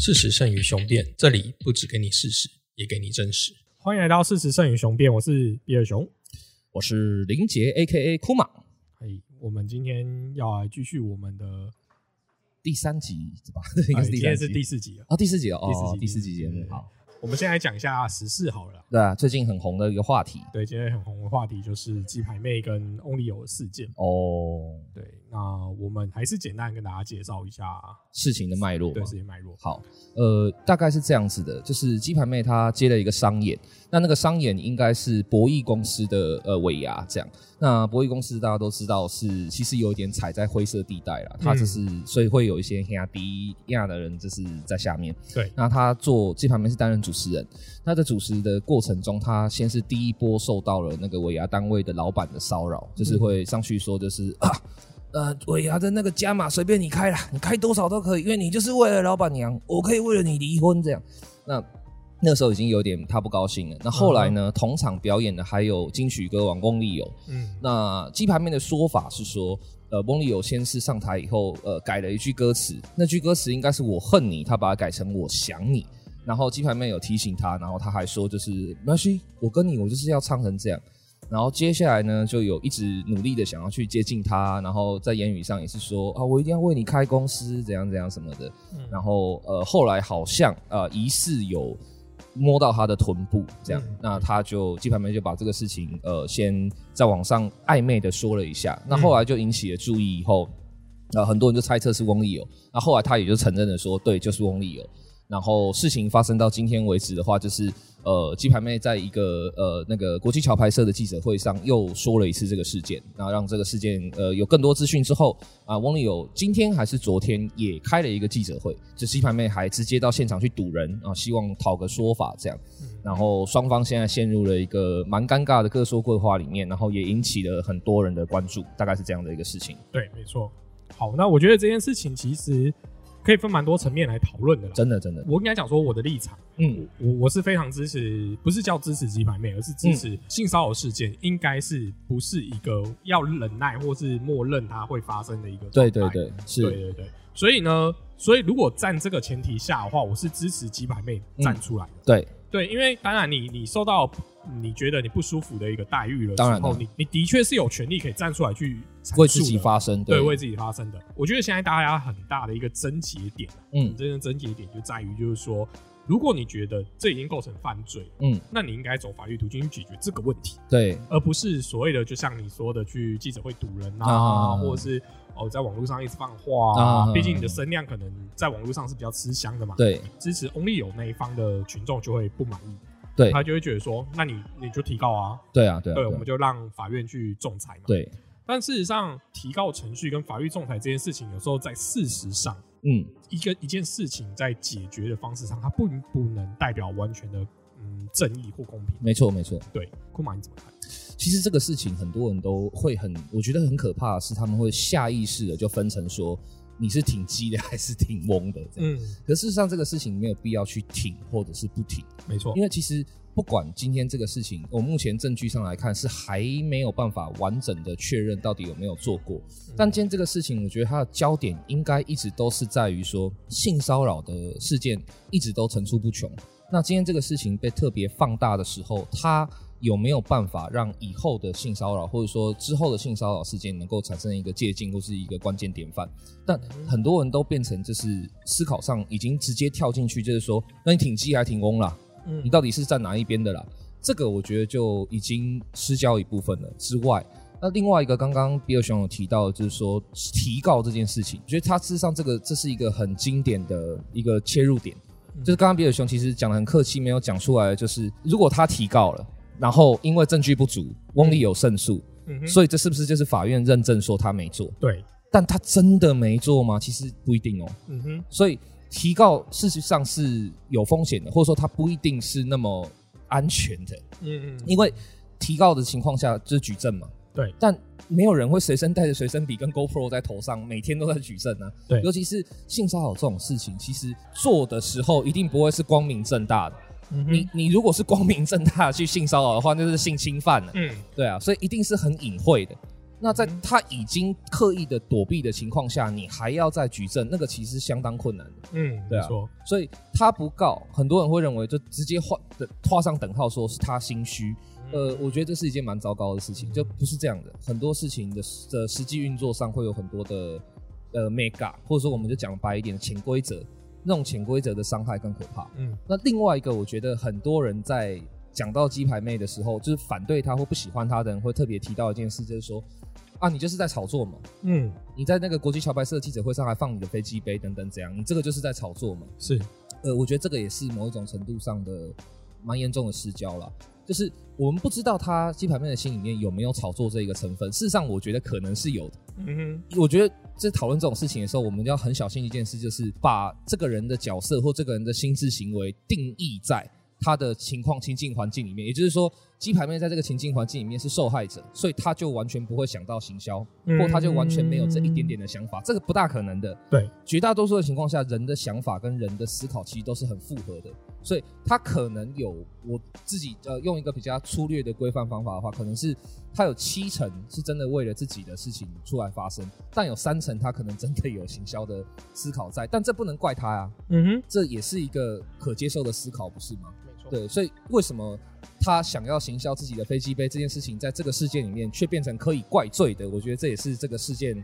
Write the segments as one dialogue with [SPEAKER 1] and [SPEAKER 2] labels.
[SPEAKER 1] 事实胜于雄辩，这里不只给你事实，也给你真实。
[SPEAKER 2] 欢迎来到《事实胜于雄辩》，我是比尔熊。
[SPEAKER 3] 我是林杰 A K A 库马。
[SPEAKER 2] 哎，我们今天要来继续我们的，
[SPEAKER 3] 第三集是吧？ 这应该
[SPEAKER 2] 哎
[SPEAKER 3] 是
[SPEAKER 2] 今
[SPEAKER 3] 第
[SPEAKER 2] 天
[SPEAKER 3] 三
[SPEAKER 2] 是
[SPEAKER 3] 集
[SPEAKER 2] 第四集了。
[SPEAKER 3] 啊，第四集哦哦，
[SPEAKER 2] 第
[SPEAKER 3] 第
[SPEAKER 2] 四
[SPEAKER 3] 四
[SPEAKER 2] 集
[SPEAKER 3] 集
[SPEAKER 2] 对
[SPEAKER 3] 节
[SPEAKER 2] 对
[SPEAKER 3] 目
[SPEAKER 2] 对
[SPEAKER 3] 好。
[SPEAKER 2] 我们先来讲一下时事好了啦。
[SPEAKER 3] 对啊，最近很红的一个话题
[SPEAKER 2] 对，今天很红的话题就是鸡排妹跟翁立友的事件。
[SPEAKER 3] 哦，
[SPEAKER 2] 对，那我们还是简单跟大家介绍一下
[SPEAKER 3] 事情的脉络
[SPEAKER 2] 对
[SPEAKER 3] 嘛
[SPEAKER 2] 事情脉络。
[SPEAKER 3] 好，呃，大概是这样子的，就是鸡排妹她接了一个商演，那那个商演应该是博弈公司的呃尾牙这样。那博弈公司大家都知道是其实有一点踩在灰色地带啦，它
[SPEAKER 2] 嗯
[SPEAKER 3] 就是、所以会有一些黑亚低亚的人就是在下面。
[SPEAKER 2] 对
[SPEAKER 3] 那她做鸡排妹是担任主持人，那在主持的过程中，她先是第一波受到了那个尾牙单位的老板的骚扰，就是会上去说就是、啊。呃，尾牙的那个加码随便你开啦，你开多少都可以，因为你就是为了老板娘，我可以为了你离婚这样。那那时候已经有点他不高兴了。那后来呢，同场表演的还有金曲歌王翁立友。
[SPEAKER 2] 嗯，
[SPEAKER 3] 那鸡排妹的说法是说，呃，翁立友先是上台以后，呃，改了一句歌词，那句歌词应该是“我恨你”，他把它改成“我想你”。然后鸡排妹有提醒他，然后他还说就是没关系，我跟你，我就是要唱成这样。然后接下来呢，就有一直努力的想要去接近他，然后在言语上也是说啊，我一定要为你开公司，怎样怎样什么的。
[SPEAKER 2] 嗯
[SPEAKER 3] 然后呃，后来好像呃疑似有摸到他的臀部，这样，
[SPEAKER 2] 嗯
[SPEAKER 3] 那他就鸡排妹就把这个事情呃先在网上暧昧的说了一下，那后来就引起了注意，以后呃很多人就猜测是翁立友，那后来他也就承认了说，对，就是翁立友。然后事情发生到今天为止的话，就是呃，鸡排妹在一个呃那个国际桥牌社的记者会上又说了一次这个事件，然后让这个事件呃有更多资讯之后啊、翁立友今天还是昨天也开了一个记者会，就鸡排妹还直接到现场去堵人啊，希望讨个说法这样。然后双方现在陷入了一个蛮尴尬的各说各话里面，然后也引起了很多人的关注，大概是这样的一个事情，
[SPEAKER 2] 对，没错。好，那我觉得这件事情其实可以分蛮多层面来讨论的啦。
[SPEAKER 3] 真的真的，
[SPEAKER 2] 我应该讲说我的立场，
[SPEAKER 3] 嗯，
[SPEAKER 2] 我我是非常支持，不是叫支持鸡排妹，而是支持性骚扰事件应该是不是一个要忍耐或是默认它会发生的一个状
[SPEAKER 3] 对
[SPEAKER 2] 态
[SPEAKER 3] 对对，
[SPEAKER 2] 对
[SPEAKER 3] 是，
[SPEAKER 2] 对对。所以呢，所以如果站这个前提下的话，我是支持鸡排妹
[SPEAKER 3] 嗯
[SPEAKER 2] 站出来的。
[SPEAKER 3] 对，
[SPEAKER 2] 对，因为当然你你受到你觉得你不舒服的一个待遇了之
[SPEAKER 3] 当然
[SPEAKER 2] 后，
[SPEAKER 3] 了
[SPEAKER 2] 你你的确是有权利可以站出来去阐
[SPEAKER 3] 为自
[SPEAKER 2] 述
[SPEAKER 3] 己
[SPEAKER 2] 的
[SPEAKER 3] 发声，
[SPEAKER 2] 对为自己发生的。我觉得现在大家很大的一个症结点，
[SPEAKER 3] 嗯
[SPEAKER 2] 真正症结点就在于就是说，如果你觉得这已经构成犯罪，
[SPEAKER 3] 嗯，
[SPEAKER 2] 那你应该走法律途径去解决这个问题，
[SPEAKER 3] 对，
[SPEAKER 2] 而不是所谓的就像你说的去记者会堵人
[SPEAKER 3] 啊
[SPEAKER 2] 啊，或者是哦在网络上一直放话
[SPEAKER 3] 啊
[SPEAKER 2] 毕竟你的声量可能在网络上是比较吃香的嘛。，
[SPEAKER 3] 对
[SPEAKER 2] 支持 Only 有那一方的群众就会不满意，
[SPEAKER 3] 对
[SPEAKER 2] 他就会觉得说，那你你就提告啊，
[SPEAKER 3] 对啊，对啊，
[SPEAKER 2] 对，
[SPEAKER 3] 对
[SPEAKER 2] 我
[SPEAKER 3] 啊
[SPEAKER 2] 们就让法院去仲裁嘛。
[SPEAKER 3] 对，
[SPEAKER 2] 但事实上，提告程序跟法律仲裁这件事情，有时候在事实上，
[SPEAKER 3] 嗯，
[SPEAKER 2] 一个一件事情在解决的方式上，它不不能代表完全的嗯正义或公平。
[SPEAKER 3] 没错没错。
[SPEAKER 2] 对，库玛你怎么看？
[SPEAKER 3] 其实这个事情很多人都会很，我觉得很可怕的是，他们会下意识的就分成说你是挺鸡的还是挺翁的这样。
[SPEAKER 2] 嗯，
[SPEAKER 3] 可事实上，这个事情没有必要去挺或者是不挺。
[SPEAKER 2] 没错
[SPEAKER 3] 因，为其实不管今天这个事情，我目前证据上来看是还没有办法完整的确认到底有没有做过。但今天这个事情，我觉得它的焦点应该一直都是在于说性骚扰的事件一直都层出不穷。那今天这个事情被特别放大的时候，它有没有办法让以后的性骚扰，或者说之后的性骚扰事件能够产生一个借鉴或是一个关键典范？但很多人都变成就是思考上已经直接跳进去，就是说，那你挺鸡还挺翁啦，你
[SPEAKER 2] 嗯，
[SPEAKER 3] 到底是站哪一边的啦？这个我觉得就已经失焦一部分了。之外，那另外一个刚刚比尔熊有提到，就是说提告这件事情，我觉得他事实上这个这是一个很经典的一个切入点，
[SPEAKER 2] 嗯
[SPEAKER 3] 就是刚刚比尔熊其实讲的很客气，没有讲出来，就是如果他提告了，然后因为证据不足，翁立有胜诉，
[SPEAKER 2] 嗯哼
[SPEAKER 3] 所以这是不是就是法院认证说他没做？
[SPEAKER 2] 对，
[SPEAKER 3] 但他真的没做吗？其实不一定哦。
[SPEAKER 2] 嗯哼，
[SPEAKER 3] 所以提告事实上是有风险的，或者说它不一定是那么安全的，
[SPEAKER 2] 嗯嗯，
[SPEAKER 3] 因为提告的情况下就是举证嘛。
[SPEAKER 2] 对，
[SPEAKER 3] 但没有人会随身带着随身笔跟 GoPro 在头上，每天都在举证啊。
[SPEAKER 2] 对
[SPEAKER 3] 尤其是性骚扰这种事情，其实做的时候一定不会是光明正大的。
[SPEAKER 2] 嗯
[SPEAKER 3] 你
[SPEAKER 2] 哼，
[SPEAKER 3] 你如果是光明正大地去性骚扰的话，那就是性侵犯了。
[SPEAKER 2] 嗯，
[SPEAKER 3] 对啊，所以一定是很隐晦的。那在他已经刻意的躲避的情况下，你还要再举证，那个其实相当困难的。
[SPEAKER 2] 嗯，
[SPEAKER 3] 对啊
[SPEAKER 2] 没错，
[SPEAKER 3] 所以他不告，很多人会认为就直接画的画上等号，说是他心虚。呃，我觉得这是一件蛮糟糕的事情，就不是这样的。很多事情的实的实际运作上会有很多的呃 mega，或者说我们就讲白一点，潜规则，那种潜规则的伤害更可怕。
[SPEAKER 2] 嗯，
[SPEAKER 3] 那另外一个，我觉得很多人在讲到鸡排妹的时候，就是反对她或不喜欢她的人会特别提到一件事，就是说啊，你就是在炒作嘛，
[SPEAKER 2] 嗯，
[SPEAKER 3] 你在那个国际桥牌社记者会上还放你的飞机杯等等，怎样？你这个就是在炒作嘛。
[SPEAKER 2] 是，
[SPEAKER 3] 呃，我觉得这个也是某一种程度上的蛮严重的失焦啦。就是我们不知道他鸡排妹的心里面有没有炒作这一个成分，事实上我觉得可能是有的。
[SPEAKER 2] 嗯
[SPEAKER 3] 我觉得在讨论这种事情的时候，我们要很小心一件事，就是把这个人的角色或这个人的心智行为定义在他的情况情境环境里面。也就是说，鸡排妹在这个情境环境里面是受害者，所以他就完全不会想到行销，
[SPEAKER 2] 哼，
[SPEAKER 3] 或他就完全没有这一点点的想法，这个不大可能的。
[SPEAKER 2] 对，
[SPEAKER 3] 绝大多数的情况下，人的想法跟人的思考其实都是很复合的，所以他可能有我自己呃用一个比较粗略的规范方法的话，可能是他有七成是真的为了自己的事情出来发声，但有三成他可能真的有行销的思考在，但这不能怪他呀、
[SPEAKER 2] 嗯
[SPEAKER 3] 这也是一个可接受的思考，不是吗？
[SPEAKER 2] 哼，没错，
[SPEAKER 3] 对，所以为什么他想要行销自己的飞机杯这件事情，在这个事件里面却变成可以怪罪的？我觉得这也是这个事件，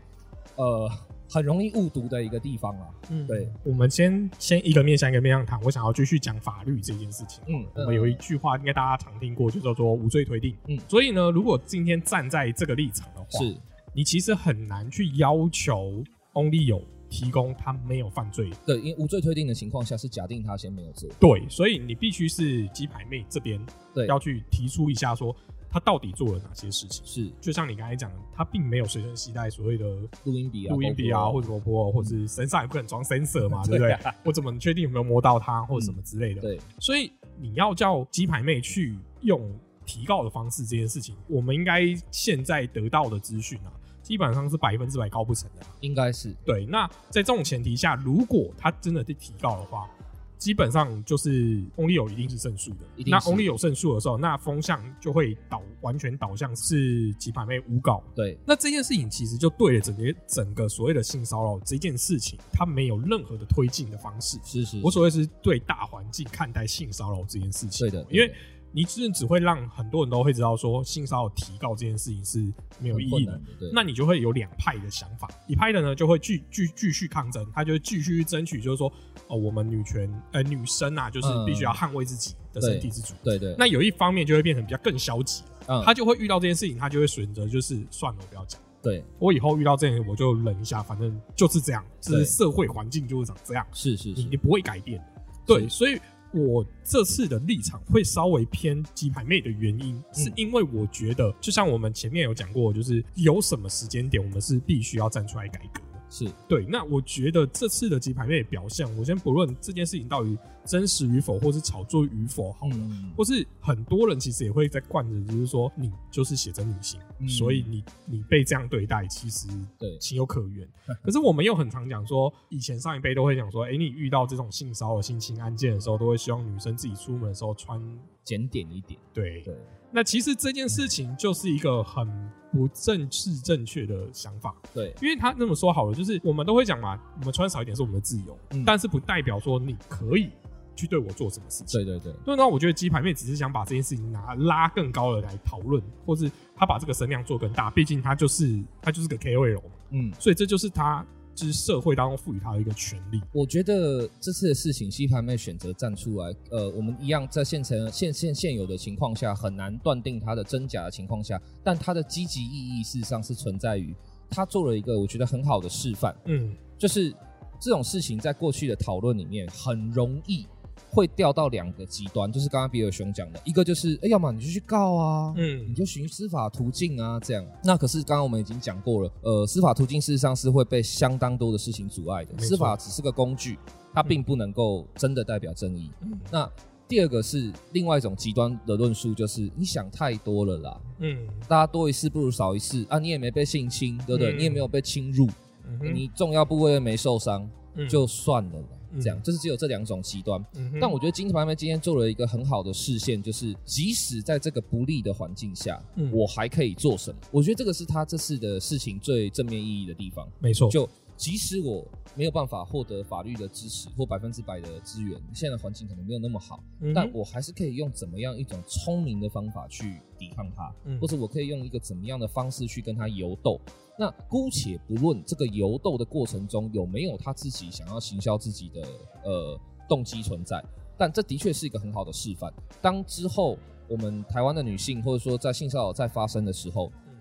[SPEAKER 3] 呃，很容易误读的一个地方啊。
[SPEAKER 2] 嗯
[SPEAKER 3] 对，
[SPEAKER 2] 我们先先一个面向一个面向谈，我想要继续讲法律这件事情。
[SPEAKER 3] 嗯，
[SPEAKER 2] 我们有一句话应该大家常听过，就叫做无罪推定。
[SPEAKER 3] 嗯
[SPEAKER 2] 所以呢，如果今天站在这个立场的话，
[SPEAKER 3] 呃是
[SPEAKER 2] 你其实很难去要求 Only 有提供他没有犯罪。
[SPEAKER 3] 对，因为无罪推定的情况下是假定他先没有做，
[SPEAKER 2] 对，所以你必须是鸡排妹这边
[SPEAKER 3] 对
[SPEAKER 2] 要去提出一下，说他到底做了哪些事情。
[SPEAKER 3] 是
[SPEAKER 2] 就像你刚才讲的，他并没有随身携带所谓的
[SPEAKER 3] 录音笔啊，
[SPEAKER 2] 录音笔啊，
[SPEAKER 3] 包括
[SPEAKER 2] 或者萝卜，或者是身上也不可能装 sensor 嘛，对
[SPEAKER 3] 对啊
[SPEAKER 2] 不
[SPEAKER 3] 嗯
[SPEAKER 2] 对？我怎么确定有没有摸到它，或者什么之类的？
[SPEAKER 3] 对
[SPEAKER 2] 所以你要叫鸡排妹去用提告的方式这件事情，我们应该现在得到的资讯啊，基本上是百分之百告不成的啊。
[SPEAKER 3] 应该是
[SPEAKER 2] 对，那在这种前提下，如果他真的去提告的话，基本上就是 Only 有一定是胜诉的。
[SPEAKER 3] 一定
[SPEAKER 2] 那
[SPEAKER 3] 是
[SPEAKER 2] Only 有胜诉的时候，那风向就会导完全导向是鸡排妹诬告。
[SPEAKER 3] 对
[SPEAKER 2] 那这件事情其实就对了整个整个所谓的性骚扰这件事情，它没有任何的推进的方式。
[SPEAKER 3] 是是，
[SPEAKER 2] 我所谓是对大环境看待性骚扰这件事情，
[SPEAKER 3] 对的，
[SPEAKER 2] 因为
[SPEAKER 3] 对的
[SPEAKER 2] 你只只会让很多人都会知道说性骚扰提告这件事情是没有
[SPEAKER 3] 很
[SPEAKER 2] 意
[SPEAKER 3] 困
[SPEAKER 2] 义的
[SPEAKER 3] 难，的，对
[SPEAKER 2] 那你就会有两派的想法，一派的呢就会继继继续抗争，他就会继续争取，就是说哦，我们女权呃女生啊，就是必须要捍卫自己的身体自主。
[SPEAKER 3] 对嗯对，
[SPEAKER 2] 那有一方面就会变成比较更消极，
[SPEAKER 3] 嗯
[SPEAKER 2] 他就会遇到这件事情，他就会选择就是算了，我不要讲。
[SPEAKER 3] 对
[SPEAKER 2] 我以后遇到这样，我就忍一下，反正就是这样，这是
[SPEAKER 3] 对
[SPEAKER 2] 社会环境就是长这样，
[SPEAKER 3] 是是
[SPEAKER 2] 你
[SPEAKER 3] 是
[SPEAKER 2] 你不会改变。对，所以我这次的立场会稍微偏鸡排妹的原因，是因为我觉得，就像我们前面有讲过，就是有什么时间点我们是必须要站出来改革的。
[SPEAKER 3] 是
[SPEAKER 2] 对，那我觉得这次的鸡排妹的表现，我先不论这件事情到底真实与否，或是炒作与否，好了。
[SPEAKER 3] 嗯
[SPEAKER 2] 或是很多人其实也会在惯着，就是说你就是写真女星，
[SPEAKER 3] 嗯
[SPEAKER 2] 所以你你被这样对待，其实
[SPEAKER 3] 对
[SPEAKER 2] 情有可 原。可是我们又很常讲说，以前上一辈都会讲说，哎、你遇到这种性骚扰、性侵案件的时候，都会希望女生自己出门的时候穿
[SPEAKER 3] 检点一点，
[SPEAKER 2] 对。
[SPEAKER 3] 对
[SPEAKER 2] 那其实这件事情就是一个很不正式正确的想法，
[SPEAKER 3] 对
[SPEAKER 2] 因为他这么说好了，就是我们都会讲嘛，我们穿少一点是我们的自由，
[SPEAKER 3] 嗯
[SPEAKER 2] 但是不代表说你可以去对我做什么事情。
[SPEAKER 3] 对对对，
[SPEAKER 2] 对，那我觉得鸡排妹只是想把这件事情拿拉更高的来讨论，或是她把这个声量做更大，毕竟她就是她就是个 KOL 嘛，
[SPEAKER 3] 嗯。
[SPEAKER 2] 所以这就是她就是社会当中赋予她的一个权利。
[SPEAKER 3] 我觉得这次的事情，西盘妹选择站出来，呃，我们一样在现成现现现有的情况下，很难断定它的真假的情况下，但它的积极意义事实上是存在于，他做了一个我觉得很好的示范，
[SPEAKER 2] 嗯，
[SPEAKER 3] 就是这种事情在过去的讨论里面很容易会掉到两个极端，就是刚刚比尔熊讲的，一个就是，哎，要么你就去告啊，你
[SPEAKER 2] 嗯，
[SPEAKER 3] 就循司法途径啊，这样。那可是刚刚我们已经讲过了，呃，司法途径事实上是会被相当多的事情阻碍的。
[SPEAKER 2] 没错
[SPEAKER 3] 司法只是个工具，它并不能够真的代表正义。
[SPEAKER 2] 嗯
[SPEAKER 3] 那第二个是另外一种极端的论述，就是你想太多了啦，
[SPEAKER 2] 嗯
[SPEAKER 3] 大家多一事不如少一事啊，你也没被性侵，对不对？
[SPEAKER 2] 嗯
[SPEAKER 3] 你也没有被侵入，
[SPEAKER 2] 嗯哼
[SPEAKER 3] 你重要部位又没受伤，
[SPEAKER 2] 嗯
[SPEAKER 3] 就算了啦。这样就是只有这两种极端。
[SPEAKER 2] 嗯哼
[SPEAKER 3] 但我觉得金牌妹今天做了一个很好的视线，就是即使在这个不利的环境下，
[SPEAKER 2] 嗯
[SPEAKER 3] 我还可以做什么？我觉得这个是他这次的事情最正面意义的地方。
[SPEAKER 2] 没错，
[SPEAKER 3] 就即使我没有办法获得法律的支持或百分之百的资源，现在的环境可能没有那么好，
[SPEAKER 2] 嗯哼
[SPEAKER 3] 但我还是可以用怎么样一种聪明的方法去抵抗它，
[SPEAKER 2] 嗯
[SPEAKER 3] 或者我可以用一个怎么样的方式去跟它游斗。那姑且不论这个游斗的过程中有没有他自己想要行销自己的呃动机存在，但这的确是一个很好的示范。当之后我们台湾的女性，或者说在性骚扰再发生的时候，
[SPEAKER 2] 嗯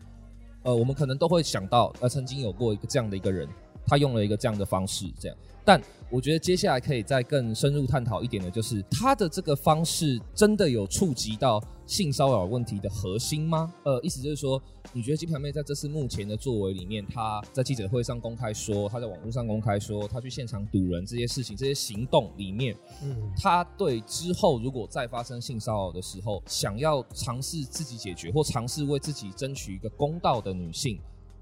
[SPEAKER 3] 呃，我们可能都会想到，呃，曾经有过一个这样的一个人，他用了一个这样的方式，这样。但我觉得接下来可以再更深入探讨一点的，就是他的这个方式真的有触及到性骚扰问题的核心吗？呃，意思就是说，你觉得金牌妹在这次目前的作为里面，她在记者会上公开说，她在网络上公开说，她去现场堵人这些事情、这些行动里面，
[SPEAKER 2] 嗯
[SPEAKER 3] 他对之后如果再发生性骚扰的时候，想要尝试自己解决或尝试为自己争取一个公道的女性，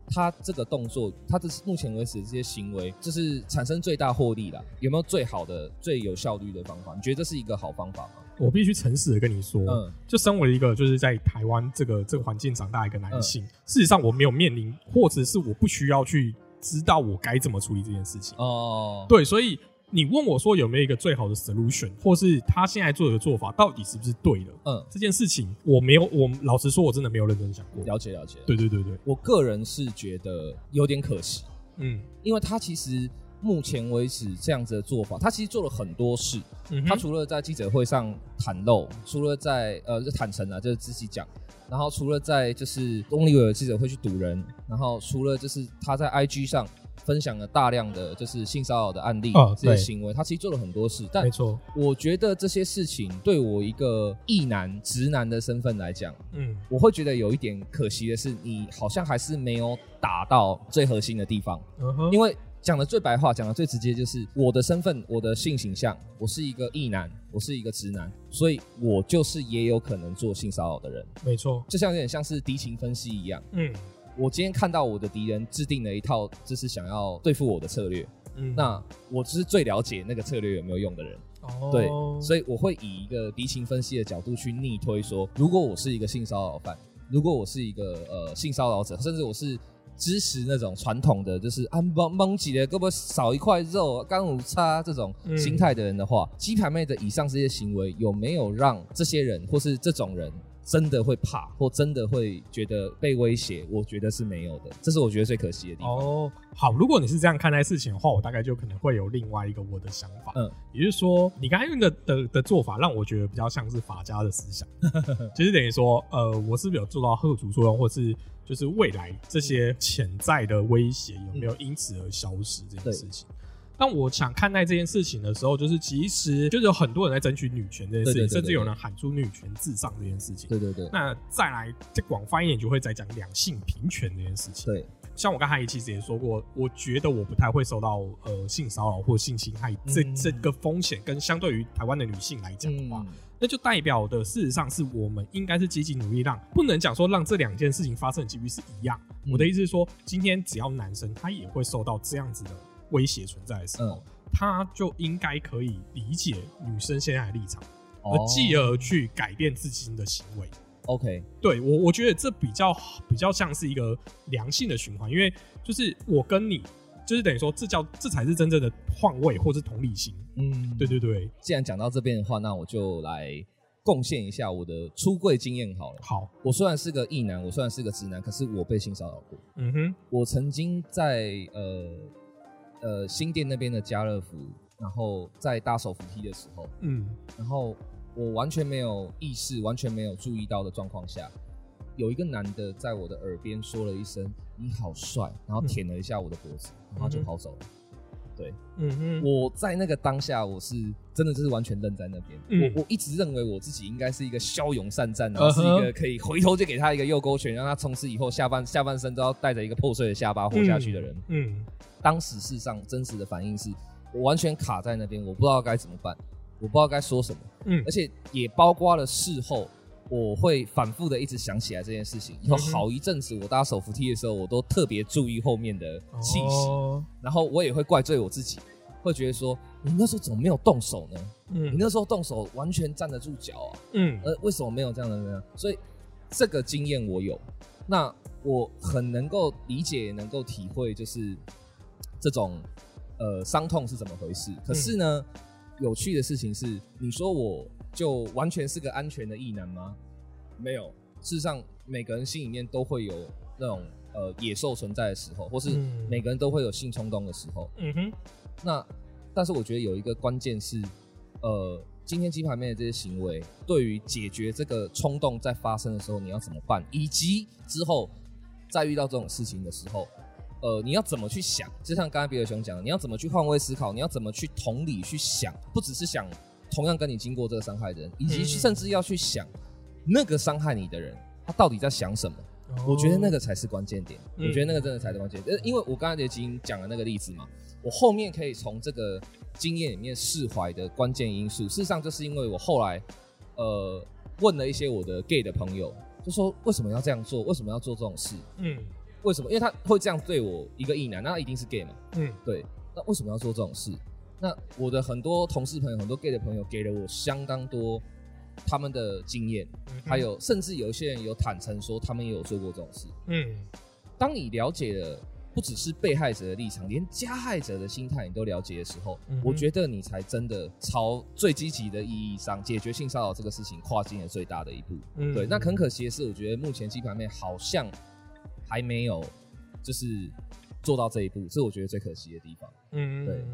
[SPEAKER 3] 她这个动作，她这目前为止的这些行为，就是产生最大获利了。有没有最好的、最有效率的方法？你觉得这是一个好方法吗？
[SPEAKER 2] 我必须诚实的跟你说，
[SPEAKER 3] 嗯
[SPEAKER 2] 就身为一个就是在台湾这个这个环境长大的一个
[SPEAKER 3] 嗯
[SPEAKER 2] 男性，事实上我没有面临，或者是我不需要去知道我该怎么处理这件事情。
[SPEAKER 3] 哦，
[SPEAKER 2] 对，所以你问我说有没有一个最好的 solution，或是他现在做的做法到底是不是对的？
[SPEAKER 3] 嗯，
[SPEAKER 2] 这件事情我没有，我老实说，我真的没有认真想过。
[SPEAKER 3] 了解了解。
[SPEAKER 2] 对对对对，
[SPEAKER 3] 我个人是觉得有点可惜，
[SPEAKER 2] 嗯，
[SPEAKER 3] 因为他其实目前为止这样子的做法，他其实做了很多事，
[SPEAKER 2] 嗯哼
[SPEAKER 3] 他除了在记者会上袒露，除了在呃就坦诚啊，就是自己讲，然后除了在就是翁立伟的记者会去堵人，然后除了就是他在 IG 上分享了大量的就是性骚扰的案例、
[SPEAKER 2] 哦
[SPEAKER 3] 这些
[SPEAKER 2] 对
[SPEAKER 3] 行为，他其实做了很多事，但
[SPEAKER 2] 没错，
[SPEAKER 3] 我觉得这些事情对我一个异男直男的身份来讲，
[SPEAKER 2] 嗯
[SPEAKER 3] 我会觉得有一点可惜的是，你好像还是没有打到最核心的地方。
[SPEAKER 2] 嗯哼，
[SPEAKER 3] 因为讲的最白话，讲的最直接，就是我的身份，我的性形象，我是一个异男，我是一个直男，所以我就是也有可能做性骚扰的人，
[SPEAKER 2] 没错，
[SPEAKER 3] 就像有点像是敌情分析一样。
[SPEAKER 2] 嗯
[SPEAKER 3] 我今天看到我的敌人制定了一套，就是想要对付我的策略，
[SPEAKER 2] 嗯，
[SPEAKER 3] 那我就是最了解那个策略有没有用的人。
[SPEAKER 2] 哦
[SPEAKER 3] 对，所以我会以一个敌情分析的角度去逆推说，如果我是一个性骚扰犯，如果我是一个呃性骚扰者，甚至我是支持那种传统的，就是啊蒙蒙起的胳膊少一块肉，干五叉这种
[SPEAKER 2] 嗯
[SPEAKER 3] 心态的人的话，鸡排妹的以上这些行为有没有让这些人或是这种人？真的会怕，或真的会觉得被威胁，我觉得是没有的，这是我觉得最可惜的地方。
[SPEAKER 2] 哦，好，如果你是这样看待事情的话，我大概就可能会有另外一个我的想法。
[SPEAKER 3] 嗯
[SPEAKER 2] 嗯，也就是说，你刚才用的的的做法，让我觉得比较像是法家的 思想，就是等于说，呃，我是不是有做到贺主作用，或是就是未来这些潜在的威胁有没有因此而消失这件事情？但我想看待这件事情的时候，就是其实就是有很多人在争取女权这件事
[SPEAKER 3] 对对
[SPEAKER 2] 情，
[SPEAKER 3] 对对
[SPEAKER 2] 甚至有
[SPEAKER 3] 对
[SPEAKER 2] 人喊出“女权至上”这件事情。
[SPEAKER 3] 对对对
[SPEAKER 2] 那再来，再广泛一点，就会再讲两性平权这件事情。
[SPEAKER 3] 对，
[SPEAKER 2] 像我刚才其实也说过，我觉得我不太会受到呃性骚扰或性侵害这、
[SPEAKER 3] 嗯
[SPEAKER 2] 这个风险，跟相对于台湾的女性来讲的话，
[SPEAKER 3] 嗯，
[SPEAKER 2] 那就代表的事实上是我们应该是积极努力让，不能讲说让这两件事情发生的几率是一样。
[SPEAKER 3] 嗯
[SPEAKER 2] 我的意思是说，今天只要男生他也会受到这样子的威胁存在的时候，
[SPEAKER 3] 嗯
[SPEAKER 2] 他就应该可以理解女生现在的立场，
[SPEAKER 3] 哦
[SPEAKER 2] 而继而去改变自己的行为。
[SPEAKER 3] ，OK，
[SPEAKER 2] 对我，我觉得这比较比较像是一个良性的循环，因为就是我跟你，就是等于说这叫这才是真正的换位或是同理心。
[SPEAKER 3] 嗯，
[SPEAKER 2] 对对对，
[SPEAKER 3] 既然讲到这边的话，那我就来贡献一下我的出柜经验好了。
[SPEAKER 2] 好，
[SPEAKER 3] 我虽然是个异男，我虽然是个直男，可是我被性骚扰过。
[SPEAKER 2] 嗯哼，
[SPEAKER 3] 我曾经在呃呃新店那边的家乐福，然后在搭手扶梯的时候，
[SPEAKER 2] 嗯
[SPEAKER 3] 然后我完全没有意识、完全没有注意到的状况下，有一个男的在我的耳边说了一声“你好帅”，然后舔了一下我的脖子，然后就
[SPEAKER 2] 嗯哼
[SPEAKER 3] 跑走了。对，
[SPEAKER 2] 嗯哼，
[SPEAKER 3] 我在那个当下，我是真的就是完全愣在那边。
[SPEAKER 2] 嗯
[SPEAKER 3] 我我一直认为我自己应该是一个骁勇善战，然后是一个可以回头就给他一个右勾拳，让他从此以后下半下半身都要带着一个破碎的下巴活下去的人。
[SPEAKER 2] 嗯
[SPEAKER 3] 当时事实上真实的反应是我完全卡在那边，我不知道该怎么办，我不知道该说什么，
[SPEAKER 2] 嗯
[SPEAKER 3] 而且也包括了事后。我会反复的一直想起来这件事情，
[SPEAKER 2] 嗯
[SPEAKER 3] 以后好一阵子，我搭手扶梯的时候，我都特别注意后面的气息。
[SPEAKER 2] 哦
[SPEAKER 3] 然后我也会怪罪我自己，会觉得说，你那时候怎么没有动手呢？你
[SPEAKER 2] 嗯
[SPEAKER 3] 那时候动手完全站得住脚啊，
[SPEAKER 2] 嗯
[SPEAKER 3] 呃，为什么没有这样的呢？所以这个经验我有，那我很能够理解，也能够体会，就是这种呃伤痛是怎么回事。可是呢，
[SPEAKER 2] 嗯
[SPEAKER 3] 有趣的事情是，你说我就完全是个安全的异男吗？没有，事实上每个人心里面都会有那种呃野兽存在的时候，或是
[SPEAKER 2] 嗯
[SPEAKER 3] 每个人都会有性冲动的时候。
[SPEAKER 2] 嗯哼，
[SPEAKER 3] 那但是我觉得有一个关键是，呃，今天鸡排妹的这些行为，对于解决这个冲动在发生的时候，你要怎么办，以及之后再遇到这种事情的时候，呃，你要怎么去想？就像刚才比尔熊讲的，你要怎么去换位思考？你要怎么去同理去想？不只是想同样跟你经过这个伤害的人，以及
[SPEAKER 2] 嗯
[SPEAKER 3] 甚至要去想那个伤害你的人，他到底在想什么？我觉得那个才是关键点，
[SPEAKER 2] 哦嗯
[SPEAKER 3] 我觉得那个真的才是关键点。呃因为我刚才已经讲了那个例子嘛，我后面可以从这个经验里面释怀的关键因素，事实上就是因为我后来呃问了一些我的 gay 的朋友，就说为什么要这样做，为什么要做这种事，
[SPEAKER 2] 嗯
[SPEAKER 3] 为什么？因为他会这样对我一个异男，那他一定是 gay 嘛，
[SPEAKER 2] 嗯
[SPEAKER 3] 对，那为什么要做这种事？那我的很多同事朋友，很多 gay 的朋友给了我相当多他们的经验，
[SPEAKER 2] 嗯
[SPEAKER 3] 还有甚至有一些人有坦诚说他们也有做过这种事。
[SPEAKER 2] 嗯
[SPEAKER 3] 当你了解了不只是被害者的立场，连加害者的心态你都了解的时候，
[SPEAKER 2] 嗯哼
[SPEAKER 3] 我觉得你才真的朝最积极的意义上解决性骚扰这个事情跨进了最大的一步。
[SPEAKER 2] 嗯
[SPEAKER 3] 对，那很可惜的是，我觉得目前鸡排妹好像还没有就是做到这一步，这是我觉得最可惜的地方。
[SPEAKER 2] 嗯
[SPEAKER 3] 对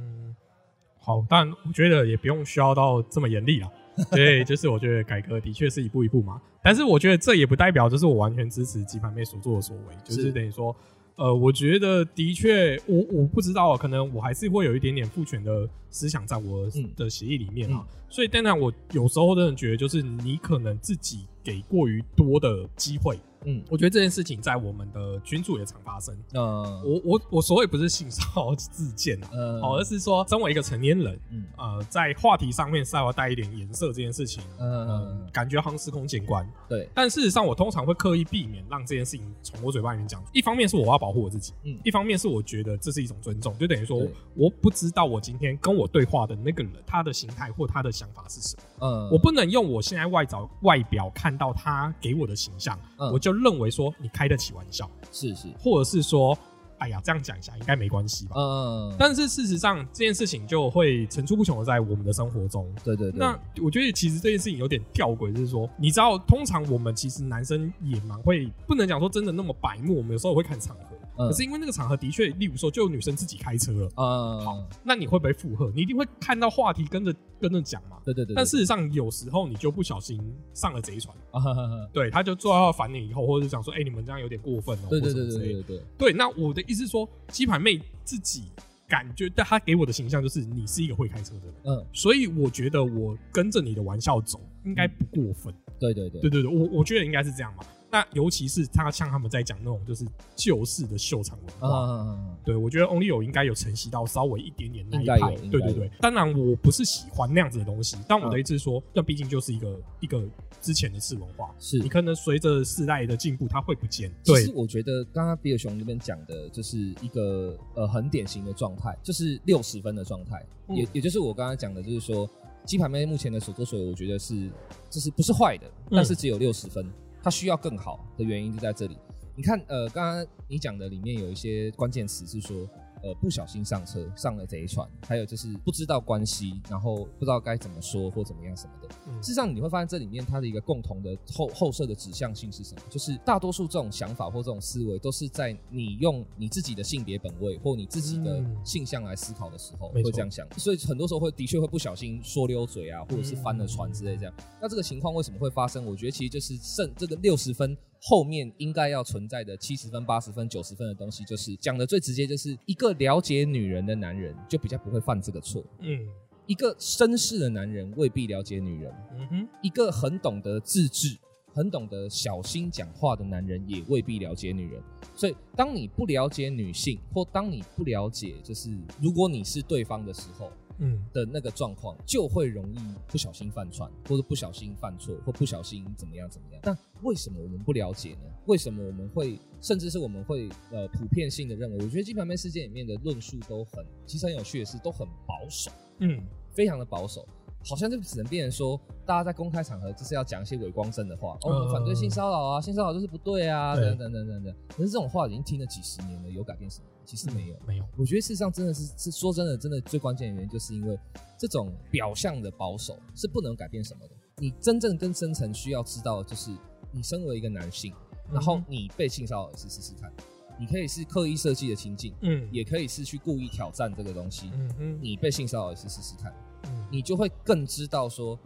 [SPEAKER 2] 好，但我觉得也不用需要到这么严厉啦。对，就是我觉得改革的确是一步一步嘛，但是我觉得这也不代表就是我完全支持鸡排妹所作所为，就是
[SPEAKER 3] 是
[SPEAKER 2] 等于说，呃，我觉得的确，我我不知道，啊可能我还是会有一点点父权的思想在我
[SPEAKER 3] 嗯
[SPEAKER 2] 的协议里面啊，所以当然我有时候真的觉得，就是你可能自己给过于多的机会，
[SPEAKER 3] 嗯，
[SPEAKER 2] 我觉得这件事情在我们的群组也常发生。
[SPEAKER 3] 呃，
[SPEAKER 2] 我我我所谓不是性骚扰自荐啊，
[SPEAKER 3] 呃
[SPEAKER 2] 哦，而是说，身为一个成年人，
[SPEAKER 3] 嗯
[SPEAKER 2] 呃，在话题上面稍微带一点颜色这件事情，
[SPEAKER 3] 嗯
[SPEAKER 2] 呃，感觉好像司空见惯。
[SPEAKER 3] 对，
[SPEAKER 2] 但事实上，我通常会刻意避免让这件事情从我嘴巴里面讲。一方面是我要保护我自己，
[SPEAKER 3] 嗯
[SPEAKER 2] 一方面是我觉得这是一种尊重，就等于说
[SPEAKER 3] 对，
[SPEAKER 2] 我不知道我今天跟我对话的那个人他的心态或他的想法是什么，
[SPEAKER 3] 嗯
[SPEAKER 2] 我不能用我现在外找外表看到他给我的形象，
[SPEAKER 3] 嗯
[SPEAKER 2] 我就认为说你开得起玩笑，
[SPEAKER 3] 是是，
[SPEAKER 2] 或者是说，哎呀，这样讲一下应该没关系吧。
[SPEAKER 3] 嗯，
[SPEAKER 2] 但是事实上，这件事情就会层出不穷的在我们的生活中。
[SPEAKER 3] 对对对，
[SPEAKER 2] 那我觉得其实这件事情有点吊诡，就是说，你知道，通常我们其实男生也蛮会，不能讲说真的那么白目，我们有时候也会看场合。
[SPEAKER 3] 嗯
[SPEAKER 2] 可是因为那个场合的确，例如说，就有女生自己开车了，
[SPEAKER 3] 嗯，
[SPEAKER 2] 那你会不会附和？你一定会看到话题跟着跟着讲嘛。
[SPEAKER 3] 对对对，
[SPEAKER 2] 但
[SPEAKER 3] 对
[SPEAKER 2] 事实上，有时候你就不小心上了贼船，
[SPEAKER 3] 啊哈哈哈
[SPEAKER 2] 对，他就做到烦你以后，或者是讲说，哎、你们这样有点过分哦、
[SPEAKER 3] 对对
[SPEAKER 2] 或什
[SPEAKER 3] 对
[SPEAKER 2] 么之
[SPEAKER 3] 对
[SPEAKER 2] 类的
[SPEAKER 3] 对对对，
[SPEAKER 2] 对，那我的意思是说，鸡排妹自己感觉，但她给我的形象就是你是一个会开车的人，
[SPEAKER 3] 嗯，
[SPEAKER 2] 所以我觉得我跟着你的玩笑走应该不过分。
[SPEAKER 3] 对对对
[SPEAKER 2] 对，对对，我我觉得应该是这样嘛。那尤其是他像他们在讲那种就是旧式的秀场文
[SPEAKER 3] 啊
[SPEAKER 2] 化。
[SPEAKER 3] 啊啊啊
[SPEAKER 2] 对，我觉得 Only 有应该有承袭到稍微一点点那一
[SPEAKER 3] 应该
[SPEAKER 2] 派
[SPEAKER 3] 有，应
[SPEAKER 2] 对
[SPEAKER 3] 该
[SPEAKER 2] 对
[SPEAKER 3] 有
[SPEAKER 2] 对。当然，我不是喜欢那样子的东西，但我的
[SPEAKER 3] 嗯
[SPEAKER 2] 意思是说，那毕竟就是一个一个之前的次文化，
[SPEAKER 3] 是
[SPEAKER 2] 你可能随着世代的进步，它会不见。
[SPEAKER 3] 其
[SPEAKER 2] 对
[SPEAKER 3] 实，我觉得刚刚比尔熊那边讲的，就是一个呃很典型的状态，就是六十分的状态，
[SPEAKER 2] 嗯
[SPEAKER 3] 也也就是我刚刚讲的，就是说鸡排妹目前的所作所为，我觉得是就是不是坏的，
[SPEAKER 2] 嗯
[SPEAKER 3] 但是只有六十分，它需要更好的原因就在这里。你看，呃，刚刚你讲的里面有一些关键词是说，呃，不小心上车上了贼船，还有就是不知道关系，然后不知道该怎么说或怎么样什么的。
[SPEAKER 2] 嗯
[SPEAKER 3] 事实上，你会发现这里面它的一个共同的后后设的指向性是什么？就是大多数这种想法或这种思维，都是在你用你自己的性别本位或你自己的
[SPEAKER 2] 嗯
[SPEAKER 3] 性向来思考的时候，
[SPEAKER 2] 没错
[SPEAKER 3] 会这样想。所以很多时候会的确会不小心说溜嘴啊，或者是翻
[SPEAKER 2] 嗯
[SPEAKER 3] 了船之类这样。那这个情况为什么会发生？我觉得其实就是剩这个六十分后面应该要存在的七十分、八十分、九十分的东西，就是讲的最直接，就是一个了解女人的男人就比较不会犯这个错。
[SPEAKER 2] 嗯
[SPEAKER 3] 一个绅士的男人未必了解女人，
[SPEAKER 2] 嗯哼，
[SPEAKER 3] 一个很懂得自制、很懂得小心讲话的男人，也未必了解女人。所以，当你不了解女性，或当你不了解，就是如果你是对方的时候，
[SPEAKER 2] 嗯，
[SPEAKER 3] 的那个状况，就会容易不小心犯串，或者不小心犯错，或不小心怎么样怎么样。但为什么我们不了解呢？为什么我们会，甚至是我们会呃普遍性的认为，我觉得金牌妹事件里面的论述都很，其实很有趣的是都很保守，
[SPEAKER 2] 嗯，
[SPEAKER 3] 非常的保守。好像就只能变成说，大家在公开场合就是要讲一些伪光正的话，哦，我们反对性骚扰啊，性骚扰就是不对啊，
[SPEAKER 2] 嗯对
[SPEAKER 3] 等等等等等。可是这种话已经听了几十年了，有改变什么？其实没有。
[SPEAKER 2] 没有，
[SPEAKER 3] 我觉得事实上真的是是说真的，真的最关键的原因就是因为这种表象的保守是不能改变什么的。你真正更深层需要知道的就是，你身为一个男
[SPEAKER 2] 嗯
[SPEAKER 3] 性，然后你被性骚扰一次试试看，你可以是刻意设计的情境，
[SPEAKER 2] 嗯，
[SPEAKER 3] 也可以是去故意挑战这个东西。
[SPEAKER 2] 嗯嗯
[SPEAKER 3] 你被性骚扰一次试试看，
[SPEAKER 2] 嗯
[SPEAKER 3] 你就会更知道说，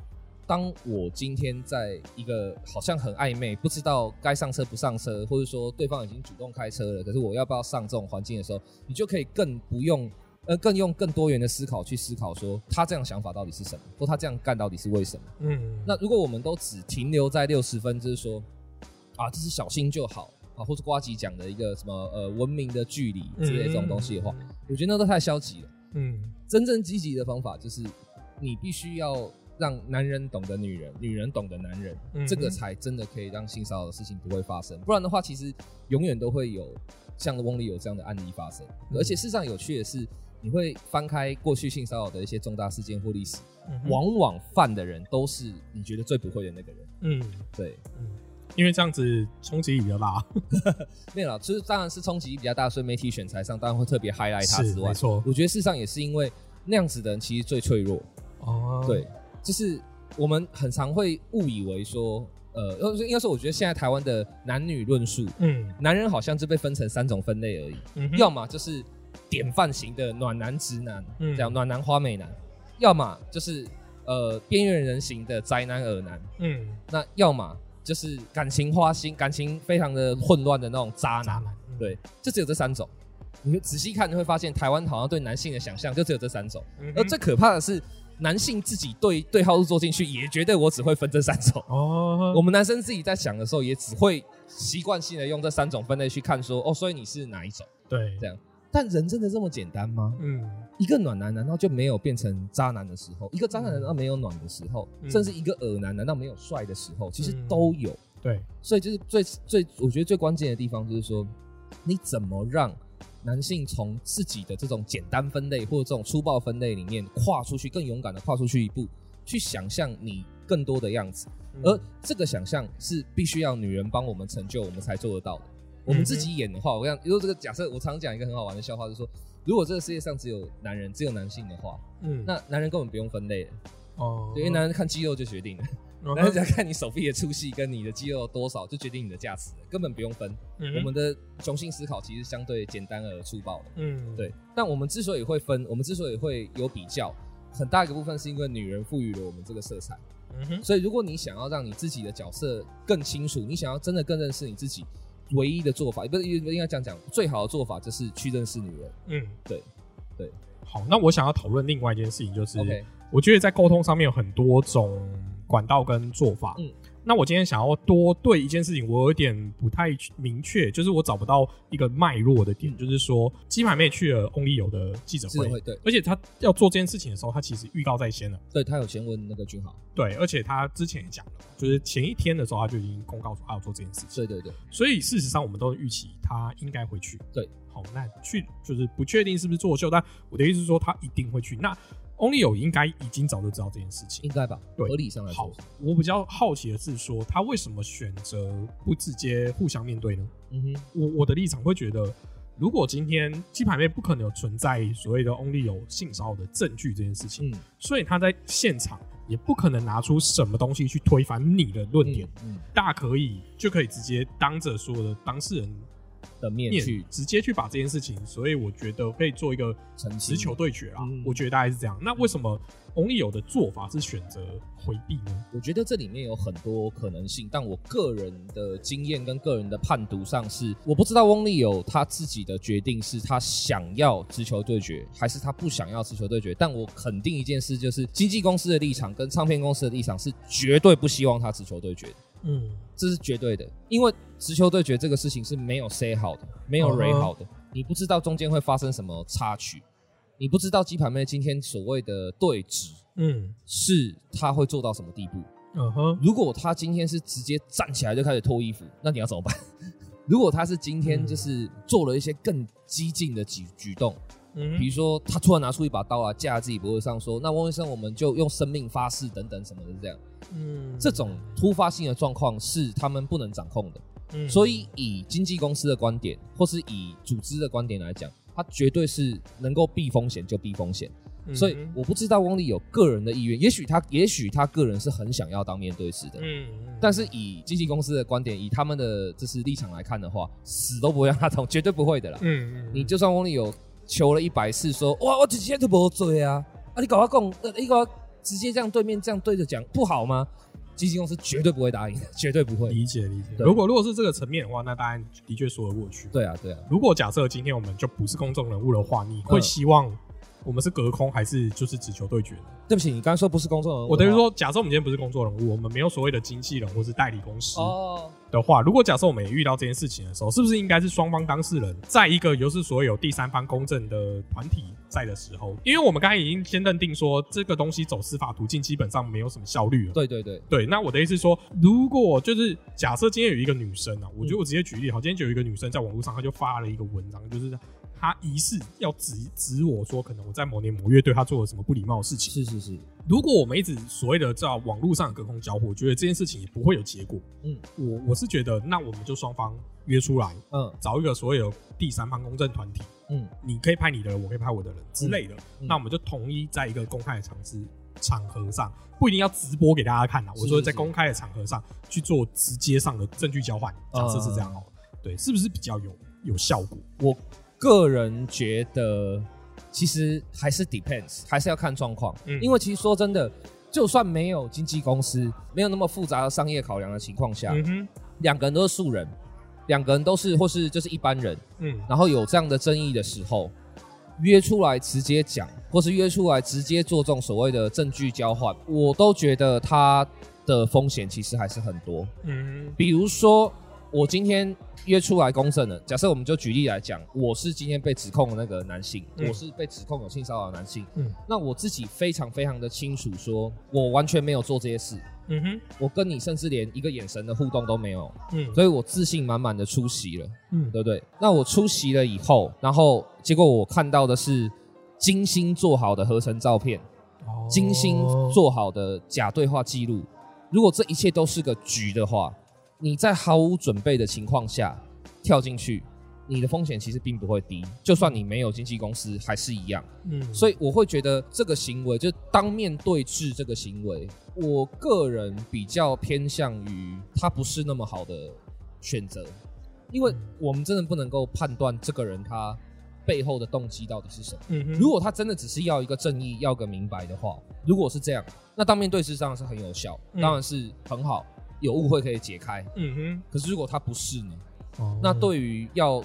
[SPEAKER 3] 当我今天在一个好像很暧昧，不知道该上车不上车，或者说对方已经主动开车了，可是我要不要上这种环境的时候，你就可以更不用。呃，更用更多元的思考去思考，说他这样想法到底是什么，或他这样干到底是为什么？
[SPEAKER 2] 嗯，
[SPEAKER 3] 那如果我们都只停留在六十分，就是说，啊，这是小心就好啊，或是瓜吉讲的一个什么呃文明的距离之类这种东西的话，我觉得那都太消极了。
[SPEAKER 2] 嗯，
[SPEAKER 3] 真正积极的方法就是，你必须要让男人懂得女人，女人懂得男人，
[SPEAKER 2] 嗯哼
[SPEAKER 3] 这个才真的可以让性骚扰的事情不会发生。不然的话，其实永远都会有像翁里有这样的案例发生。
[SPEAKER 2] 嗯
[SPEAKER 3] 而且事实上有趣的是，你会翻开过去性骚扰的一些重大事件或历史，
[SPEAKER 2] 嗯哼，
[SPEAKER 3] 往往犯的人都是你觉得最不会的那个人。
[SPEAKER 2] 嗯
[SPEAKER 3] 对，
[SPEAKER 2] 嗯，因为这样子冲击力比较大，
[SPEAKER 3] 没有啦，就是当然是冲击比较大，所以媒体选材上当然会特别 highlight 他
[SPEAKER 2] 是
[SPEAKER 3] 之外
[SPEAKER 2] 没，错，
[SPEAKER 3] 我觉得事实上也是因为那样子的人其实最脆弱。
[SPEAKER 2] 哦，
[SPEAKER 3] 对，，就是我们很常会误以为说，呃，要是应该说，我觉得现在台湾的男女论述，
[SPEAKER 2] 嗯
[SPEAKER 3] 男人好像就被分成三种分类而已，
[SPEAKER 2] 嗯哼，
[SPEAKER 3] 要么就是典范型的暖男直男，
[SPEAKER 2] 嗯
[SPEAKER 3] 这样暖男花美男，要么就是呃边缘人型的宅男耳男，
[SPEAKER 2] 嗯
[SPEAKER 3] 那要么就是感情花心、感情非常的混乱的那种渣
[SPEAKER 2] 渣
[SPEAKER 3] 男，
[SPEAKER 2] 男，嗯，
[SPEAKER 3] 对，就只有这三种。你仔细看，你会发现台湾好像对男性的想象就只有这三种。
[SPEAKER 2] 嗯哼
[SPEAKER 3] 而最可怕的是，男性自己对对号入座进去，也觉得我只会分这三种。
[SPEAKER 2] 哦，
[SPEAKER 3] 我们男生自己在想的时候，也只会习惯性的用这三种分类去看说，哦，所以你是哪一种？
[SPEAKER 2] 对
[SPEAKER 3] 这，样。但人真的这么简单吗？
[SPEAKER 2] 嗯
[SPEAKER 3] 一个暖男难道就没有变成渣男的时候？一个渣男难道没有暖的时候？
[SPEAKER 2] 嗯
[SPEAKER 3] 甚至一个耳男难道没有帅的时候？其实
[SPEAKER 2] 嗯
[SPEAKER 3] 都有。
[SPEAKER 2] 对，
[SPEAKER 3] 所以就是最最，我觉得最关键的地方就是说，你怎么让男性从自己的这种简单分类或者这种粗暴分类里面跨出去，更勇敢的跨出去一步，去想象你更多的样子。
[SPEAKER 2] 嗯
[SPEAKER 3] 而这个想象是必须要女人帮我们成就，我们才做得到的。我们自己演的话，我想，如果这个假设，我常讲一个很好玩的笑话，就是说，如果这个世界上只有男人，只有男性的话，
[SPEAKER 2] 嗯
[SPEAKER 3] 那男人根本不用分类了，
[SPEAKER 2] 哦，
[SPEAKER 3] 因为男人看肌肉就决定了。
[SPEAKER 2] 嗯哼，
[SPEAKER 3] 但是只要看你手臂的粗细跟你的肌肉多少，就决定你的价值了，根本不用分。
[SPEAKER 2] 嗯哼
[SPEAKER 3] 我们的雄性思考其实相对简单而粗暴的，
[SPEAKER 2] 嗯，
[SPEAKER 3] 对。但我们之所以会分，我们之所以会有比较，很大一个部分是因为女人赋予了我们这个色彩。
[SPEAKER 2] 嗯哼，
[SPEAKER 3] 所以，如果你想要让你自己的角色更清楚，你想要真的更认识你自己，唯一的做法，不是应该这样讲，最好的做法就是去认识女人。
[SPEAKER 2] 嗯，
[SPEAKER 3] 对对。
[SPEAKER 2] 好，那我想要讨论另外一件事情，就是
[SPEAKER 3] OK，
[SPEAKER 2] 我觉得在沟通上面有很多种管道跟做法。
[SPEAKER 3] 嗯
[SPEAKER 2] 那我今天想要多对一件事情，我有点不太明确，就是我找不到一个脉络的点，就是说鸡排妹去了 Only 有的记者
[SPEAKER 3] 是
[SPEAKER 2] 会，
[SPEAKER 3] 会对
[SPEAKER 2] 而且她要做这件事情的时候，她其实预告在先了。
[SPEAKER 3] 对，他有先问那个君豪，
[SPEAKER 2] 对，而且她之前也讲了，就是前一天的时候，她就已经公告说她要做这件事情。
[SPEAKER 3] 对对对，
[SPEAKER 2] 所以事实上，我们都预期她应该会去。
[SPEAKER 3] 对，
[SPEAKER 2] 好，那去就是不确定是不是作秀，但我的意思是说，她一定会去。那 Only 有应该已经早就知道这件事情
[SPEAKER 3] 应。该吧？
[SPEAKER 2] 对
[SPEAKER 3] 合理上来
[SPEAKER 2] 好
[SPEAKER 3] 说，，
[SPEAKER 2] 我比较好奇的是说，他为什么选择不直接互相面对呢？
[SPEAKER 3] 嗯哼。
[SPEAKER 2] 我我的立场会觉得，如果今天鸡排妹不可能有存在所谓的 only 有性骚扰的证据这件事情，
[SPEAKER 3] 嗯，
[SPEAKER 2] 所以他在现场也不可能拿出什么东西去推翻你的论点，
[SPEAKER 3] 嗯
[SPEAKER 2] 大可以就可以直接当着所有的当事人
[SPEAKER 3] 的面
[SPEAKER 2] 面
[SPEAKER 3] 去
[SPEAKER 2] 直接去把这件事情，所以我觉得可以做一个
[SPEAKER 3] 澄清
[SPEAKER 2] 直球对决啊，
[SPEAKER 3] 嗯
[SPEAKER 2] 我觉得大概是这样。那为什么 only 有的做法是选择回避呢？
[SPEAKER 3] 我觉得这里面有很多可能性，但我个人的经验跟个人的判读上是，我不知道翁立友他自己的决定是他想要直球对决，还是他不想要直球对决。但我肯定一件事，就是经纪公司的立场跟唱片公司的立场是绝对不希望他直球对决的，
[SPEAKER 2] 嗯。
[SPEAKER 3] 这是绝对的，因为直球对决这个事情是没有 say 好的，没有 r
[SPEAKER 2] 嗯哼
[SPEAKER 3] 好的，你不知道中间会发生什么插曲。你不知道鸡排妹今天所谓的对峙
[SPEAKER 2] 嗯
[SPEAKER 3] 是她会做到什么地步。
[SPEAKER 2] 嗯哼，
[SPEAKER 3] 如果她今天是直接站起来就开始脱衣服，那你要怎么办？ 如果她是今天就是做了一些更激进的举举动，
[SPEAKER 2] 嗯
[SPEAKER 3] 比如说她突然拿出一把刀来啊架在自己脖子上说，那汪医生我们就用生命发誓等等什么的这样，
[SPEAKER 2] 嗯
[SPEAKER 3] 这种突发性的状况是他们不能掌控的。
[SPEAKER 2] 嗯
[SPEAKER 3] 所以以经纪公司的观点，或是以组织的观点来讲，它绝对是能够避风险就避风险。
[SPEAKER 2] 嗯
[SPEAKER 3] 所以我不知道翁立有个人的意愿，也许他，也许他个人是很想要当面对师的。
[SPEAKER 2] 嗯，
[SPEAKER 3] 但是以经纪公司的观点，以他们的就是立场来看的话，死都不会让他通，绝对不会的啦。
[SPEAKER 2] 嗯嗯，
[SPEAKER 3] 你就算翁立有求了一百次说，哇，我直接就不追啊，啊，你搞我供，呃你搞我直接这样对面这样对着讲，不好吗？经纪公司绝对不会答应的， 绝对不会。
[SPEAKER 2] 嗯理解理解。
[SPEAKER 3] 对
[SPEAKER 2] 如果如果是这个层面的话，那当然的确说得过去。
[SPEAKER 3] 对啊，对啊。
[SPEAKER 2] 如果假设今天我们就不是公众人物的话，你会
[SPEAKER 3] 嗯
[SPEAKER 2] 希望我们是隔空还是就是只求对决呢？
[SPEAKER 3] 对不起，你刚才说不是公众人物，
[SPEAKER 2] 我等于说，假设我们今天不是公众人物，我们没有所谓的经纪人或是代理公司
[SPEAKER 3] 哦，
[SPEAKER 2] 的话，如果假设我们也遇到这件事情的时候，是不是应该是双方当事人在一个有是所有第三方公正的团体在的时候？因为我们刚才已经先认定说这个东西走司法途径基本上没有什么效率了。
[SPEAKER 3] 对对对，
[SPEAKER 2] 对，那我的意思是说，如果就是假设今天有一个女生啊，我觉得我直接举例好，今天就有一个女生在网络上，她就发了一个文章，就是她疑似要指指我说，可能我在某年某月对她做了什么不礼貌的事情。
[SPEAKER 3] 是是是，
[SPEAKER 2] 如果我们一直所谓的在网络上隔空交火，我觉得这件事情也不会有结果。
[SPEAKER 3] 嗯，
[SPEAKER 2] 我我是觉得，那我们就双方约出来，
[SPEAKER 3] 嗯
[SPEAKER 2] 找一个所有第三方公证团体，
[SPEAKER 3] 嗯
[SPEAKER 2] 你可以拍你的人，我可以拍我的人之类的。
[SPEAKER 3] 嗯
[SPEAKER 2] 那我们就统一在一个公开的场次场合上，不一定要直播给大家看啊。
[SPEAKER 3] 是
[SPEAKER 2] 我说在公开的场合上去做直接上的证据交换，
[SPEAKER 3] 嗯
[SPEAKER 2] 假设是这样哦、对，是不是比较有有效果？
[SPEAKER 3] 我个人觉得，其实还是 depends，还是要看状况。
[SPEAKER 2] 嗯
[SPEAKER 3] 因为其实说真的，就算没有经纪公司，没有那么复杂的商业考量的情况下，
[SPEAKER 2] 嗯哼，
[SPEAKER 3] 两个人都是素人，两个人都是或是就是一般人，
[SPEAKER 2] 嗯
[SPEAKER 3] 然后有这样的争议的时候，约出来直接讲，或是约出来直接做这种所谓的证据交换，我都觉得它的风险其实还是很多。
[SPEAKER 2] 嗯
[SPEAKER 3] 比如说，我今天约出来公证了，假设我们就举例来讲，我是今天被指控的那个男性，
[SPEAKER 2] 嗯
[SPEAKER 3] 我是被指控有性骚扰的男性，
[SPEAKER 2] 嗯
[SPEAKER 3] 那我自己非常非常的清楚说我完全没有做这些事，
[SPEAKER 2] 嗯哼，
[SPEAKER 3] 我跟你甚至连一个眼神的互动都没有，
[SPEAKER 2] 嗯
[SPEAKER 3] 所以我自信满满的出席了，
[SPEAKER 2] 嗯
[SPEAKER 3] 对不对？那我出席了以后，然后结果我看到的是精心做好的合成照片，
[SPEAKER 2] 哦
[SPEAKER 3] 精心做好的假对话记录。如果这一切都是个局的话，你在毫无准备的情况下跳进去，你的风险其实并不会低。就算你没有经纪公司，还是一样。
[SPEAKER 2] 嗯，
[SPEAKER 3] 所以我会觉得这个行为，就是当面对质这个行为，我个人比较偏向于它不是那么好的选择，因为我们真的不能够判断这个人他背后的动机到底是什么。
[SPEAKER 2] 嗯哼，
[SPEAKER 3] 如果他真的只是要一个正义，要个明白的话，如果是这样，那当面对质当然是很有效，
[SPEAKER 2] 嗯
[SPEAKER 3] 当然是很好，有误会可以解开。
[SPEAKER 2] 嗯
[SPEAKER 3] 可是如果他不是呢？
[SPEAKER 2] 哼，哦
[SPEAKER 3] 那对于要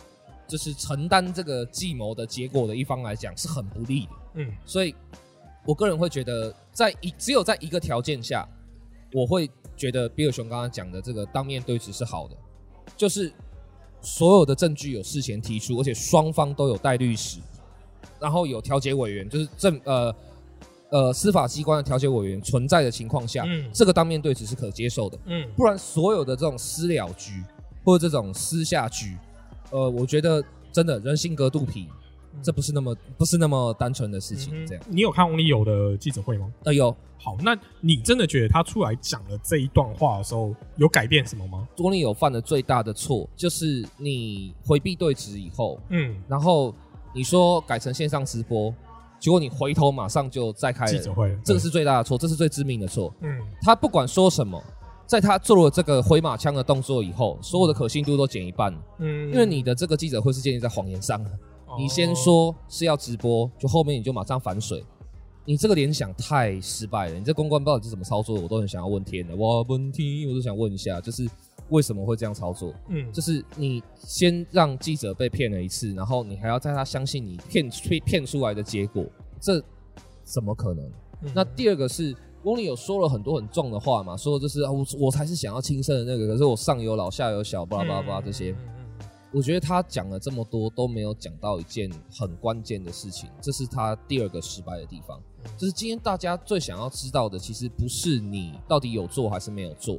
[SPEAKER 3] 就是承担这个计谋的结果的一方来讲是很不利的。
[SPEAKER 2] 嗯
[SPEAKER 3] 所以，我个人会觉得，在一只有在一个条件下，我会觉得比尔熊刚刚讲的这个当面对质是好的，就是所有的证据有事前提出，而且双方都有带律师，然后有调解委员，就是政呃呃司法机关的调解委员存在的情况下，
[SPEAKER 2] 嗯
[SPEAKER 3] 这个当面对质是可接受的。
[SPEAKER 2] 嗯
[SPEAKER 3] 不然所有的这种私了局或者这种私下局，呃，我觉得真的人心隔肚皮，这不是那么不是那么单纯的事情。
[SPEAKER 2] 嗯嗯哼
[SPEAKER 3] 这样，
[SPEAKER 2] 你有看翁立友的记者会吗？
[SPEAKER 3] 哎呦，
[SPEAKER 2] 好，那你真的觉得他出来讲了这一段话的时候，有改变什么吗？
[SPEAKER 3] 多利有犯的最大的错就是你回避对质以后，
[SPEAKER 2] 嗯，
[SPEAKER 3] 然后你说改成线上直播，结果你回头马上就再开
[SPEAKER 2] 记者
[SPEAKER 3] 了，
[SPEAKER 2] 会，
[SPEAKER 3] 哎这个是最大的错，这是最致命的错。
[SPEAKER 2] 对嗯
[SPEAKER 3] 他不管说什么。在他做了这个挥马枪的动作以后，所有的可信度都减一半了，
[SPEAKER 2] 嗯，
[SPEAKER 3] 因为你的这个记者会是建立在谎言上的。
[SPEAKER 2] 哦
[SPEAKER 3] 你先，说是要直播，就后面你就马上反水，你这个联想太失败了。你这公关到底是怎么操作的？我都很想要问天的，我问天，我都想问一下，就是为什么会这样操作？
[SPEAKER 2] 嗯，
[SPEAKER 3] 就是是你先让记者被骗了一次，然后你还要在他相信你骗骗骗出来的结果，这怎么可能？
[SPEAKER 2] 嗯
[SPEAKER 3] 那第二个是。翁立有说了很多很重的话嘛，说就是啊我我才是想要亲生的那个，可是我上有老下有小，巴拉巴拉巴拉这些。，
[SPEAKER 2] 嗯嗯嗯
[SPEAKER 3] 我觉得他讲了这么多都没有讲到一件很关键的事情，这是他第二个失败的地方。
[SPEAKER 2] 嗯
[SPEAKER 3] 就是今天大家最想要知道的，其实不是你到底有做还是没有做，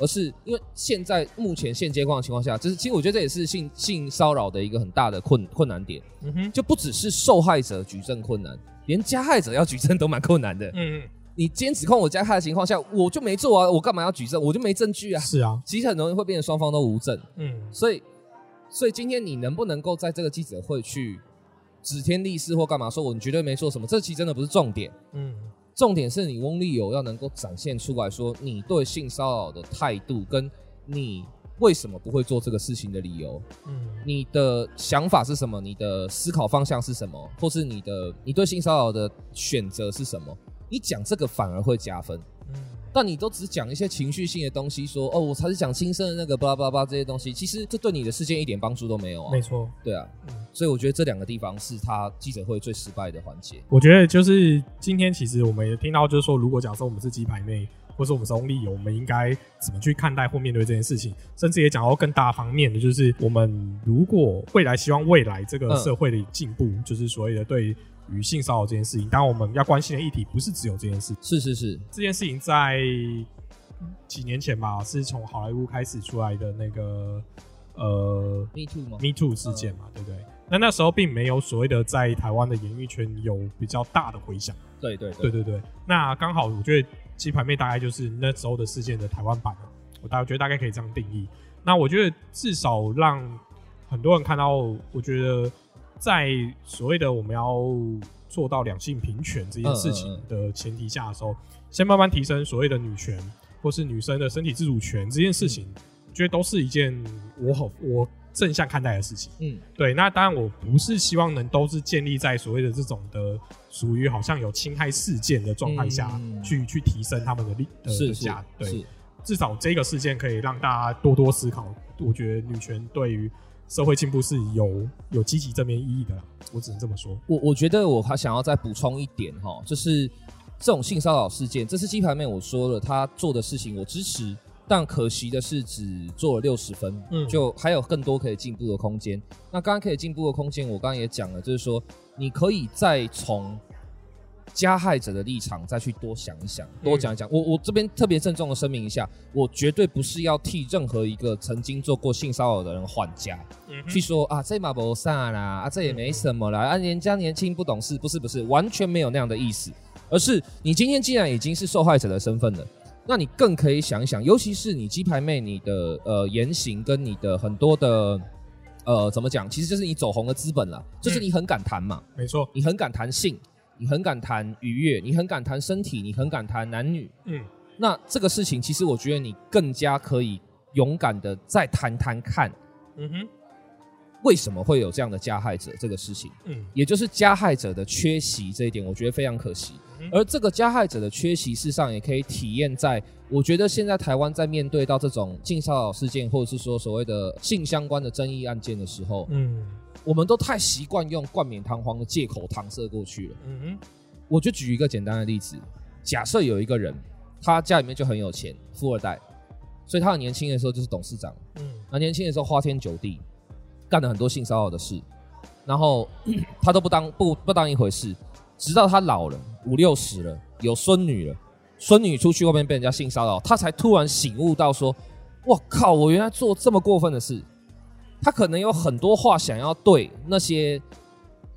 [SPEAKER 3] 而是因为现在目前现阶段的情况下，就是其实我觉得这也是性性骚扰的一个很大的困困难点，
[SPEAKER 2] 嗯哼，
[SPEAKER 3] 就不只是受害者举证困难，连加害者要举证都蛮困难的。
[SPEAKER 2] 嗯，
[SPEAKER 3] 你今天指控我加害的情况下，我就没做啊，我干嘛要举证？我就没证据啊。
[SPEAKER 2] 是啊，
[SPEAKER 3] 其实很容易会变成双方都无证。
[SPEAKER 2] 嗯，
[SPEAKER 3] 所以，所以今天你能不能够在这个记者会去指天立誓或干嘛，说我们绝对没做什么，这其实真的不是重点，
[SPEAKER 2] 嗯，
[SPEAKER 3] 重点是你翁立友要能够展现出来说你对性骚扰的态度，跟你为什么不会做这个事情的理由，
[SPEAKER 2] 嗯，
[SPEAKER 3] 你的想法是什么，你的思考方向是什么，或是你的你对性骚扰的选择是什么，你讲这个反而会加分。
[SPEAKER 2] 嗯，
[SPEAKER 3] 但你都只讲一些情绪性的东西说哦，我才是讲亲生的那个巴拉巴拉巴拉这些东西，其实这对你的事件一点帮助都没有啊
[SPEAKER 2] 没。错，
[SPEAKER 3] 对啊，
[SPEAKER 2] 嗯
[SPEAKER 3] 所以我觉得这两个地方是他记者会最失败的环节。
[SPEAKER 2] 我觉得就是今天，其实我们也听到，就是说，如果假设我们是鸡排妹，或是我们是 only 友，我们应该怎么去看待或面对这件事情？甚至也讲到更大方面的，就是我们如果未来希望未来这个
[SPEAKER 3] 嗯
[SPEAKER 2] 社会的进步，就是所谓的对于性骚扰这件事情，当然我们要关心的议题不是只有这件事，
[SPEAKER 3] 是是是，
[SPEAKER 2] 这件事情在几年前吧，是从好莱坞开始出来的那个呃
[SPEAKER 3] Me too 吗？
[SPEAKER 2] Me Too 事件嘛，对不对？那那时候并没有所谓的在台湾的演艺圈有比较大的回响，
[SPEAKER 3] 对对
[SPEAKER 2] 对对
[SPEAKER 3] 对，
[SPEAKER 2] 对。那刚好我觉得鸡排妹大概就是那时候的事件的台湾版啊，我大我觉得大概可以这样定义。那我觉得至少让很多人看到，我觉得在所谓的我们要做到两性平权这件事情
[SPEAKER 3] 嗯
[SPEAKER 2] 的前提下的时候，先慢慢提升所谓的女权或是女生的身体自主权这件事情，我觉得都是一件我好我正向看待的事情。
[SPEAKER 3] 嗯，
[SPEAKER 2] 对，那当然我不是希望能都是建立在所谓的这种的属于好像有侵害事件的状态下、
[SPEAKER 3] 嗯
[SPEAKER 2] 去去提升他们的力的
[SPEAKER 3] 是
[SPEAKER 2] 的
[SPEAKER 3] 是
[SPEAKER 2] 价，对，
[SPEAKER 3] 是，
[SPEAKER 2] 至少这个事件可以让大家多多思考。我觉得女权对于社会进步是有有积极正面意义的啦，我只能这么说。
[SPEAKER 3] 我我觉得我还想要再补充一点哈，就是这种性骚扰事件，这次鸡排妹我说了，她做的事情我支持，但可惜的是只做了六十分，
[SPEAKER 2] 嗯
[SPEAKER 3] 就还有更多可以进步的空间。那刚刚可以进步的空间，我刚刚也讲了，就是说你可以再从加害者的立场再去多想一想，多讲一讲。我我这边特别郑重的声明一下，我绝对不是要替任何一个曾经做过性骚扰的人还价，
[SPEAKER 2] 嗯
[SPEAKER 3] 去说啊，这嘛不啥啦，啊，这也没什么啦，啊，人家年轻不懂事，不是不是，完全没有那样的意思，而是你今天既然已经是受害者的身份了，那你更可以想一想，尤其是你鸡排妹，你的呃言行跟你的很多的呃怎么讲，其实就是你走红的资本了，就是你很敢谈嘛，
[SPEAKER 2] 没错，
[SPEAKER 3] 你很敢谈性，你很敢谈愉悦，你很敢谈身体，你很敢谈男女，
[SPEAKER 2] 嗯，
[SPEAKER 3] 那这个事情其实我觉得你更加可以勇敢的再谈谈看。
[SPEAKER 2] 嗯哼，
[SPEAKER 3] 为什么会有这样的加害者这个事情，
[SPEAKER 2] 嗯
[SPEAKER 3] 也就是加害者的缺席这一点，我觉得非常可惜
[SPEAKER 2] 嗯。
[SPEAKER 3] 而这个加害者的缺席，事实上也可以体验在，我觉得现在台湾在面对到这种性骚扰事件，或者是说所谓的性相关的争议案件的时候，
[SPEAKER 2] 嗯
[SPEAKER 3] 我们都太习惯用冠冕堂皇的借口搪塞过去了。
[SPEAKER 2] 嗯
[SPEAKER 3] 我就举一个简单的例子，假设有一个人，他家里面就很有钱，富二代，所以他很年轻的时候就是董事长，
[SPEAKER 2] 嗯
[SPEAKER 3] 那年轻的时候花天酒地，干了很多性骚扰的事，然后 他都不当不不当一回事，直到他老了五六十了，有孙女了，孙女出去外面被人家性骚扰，他才突然醒悟到说，我靠，我原来做这么过分的事。他可能有很多话想要对那些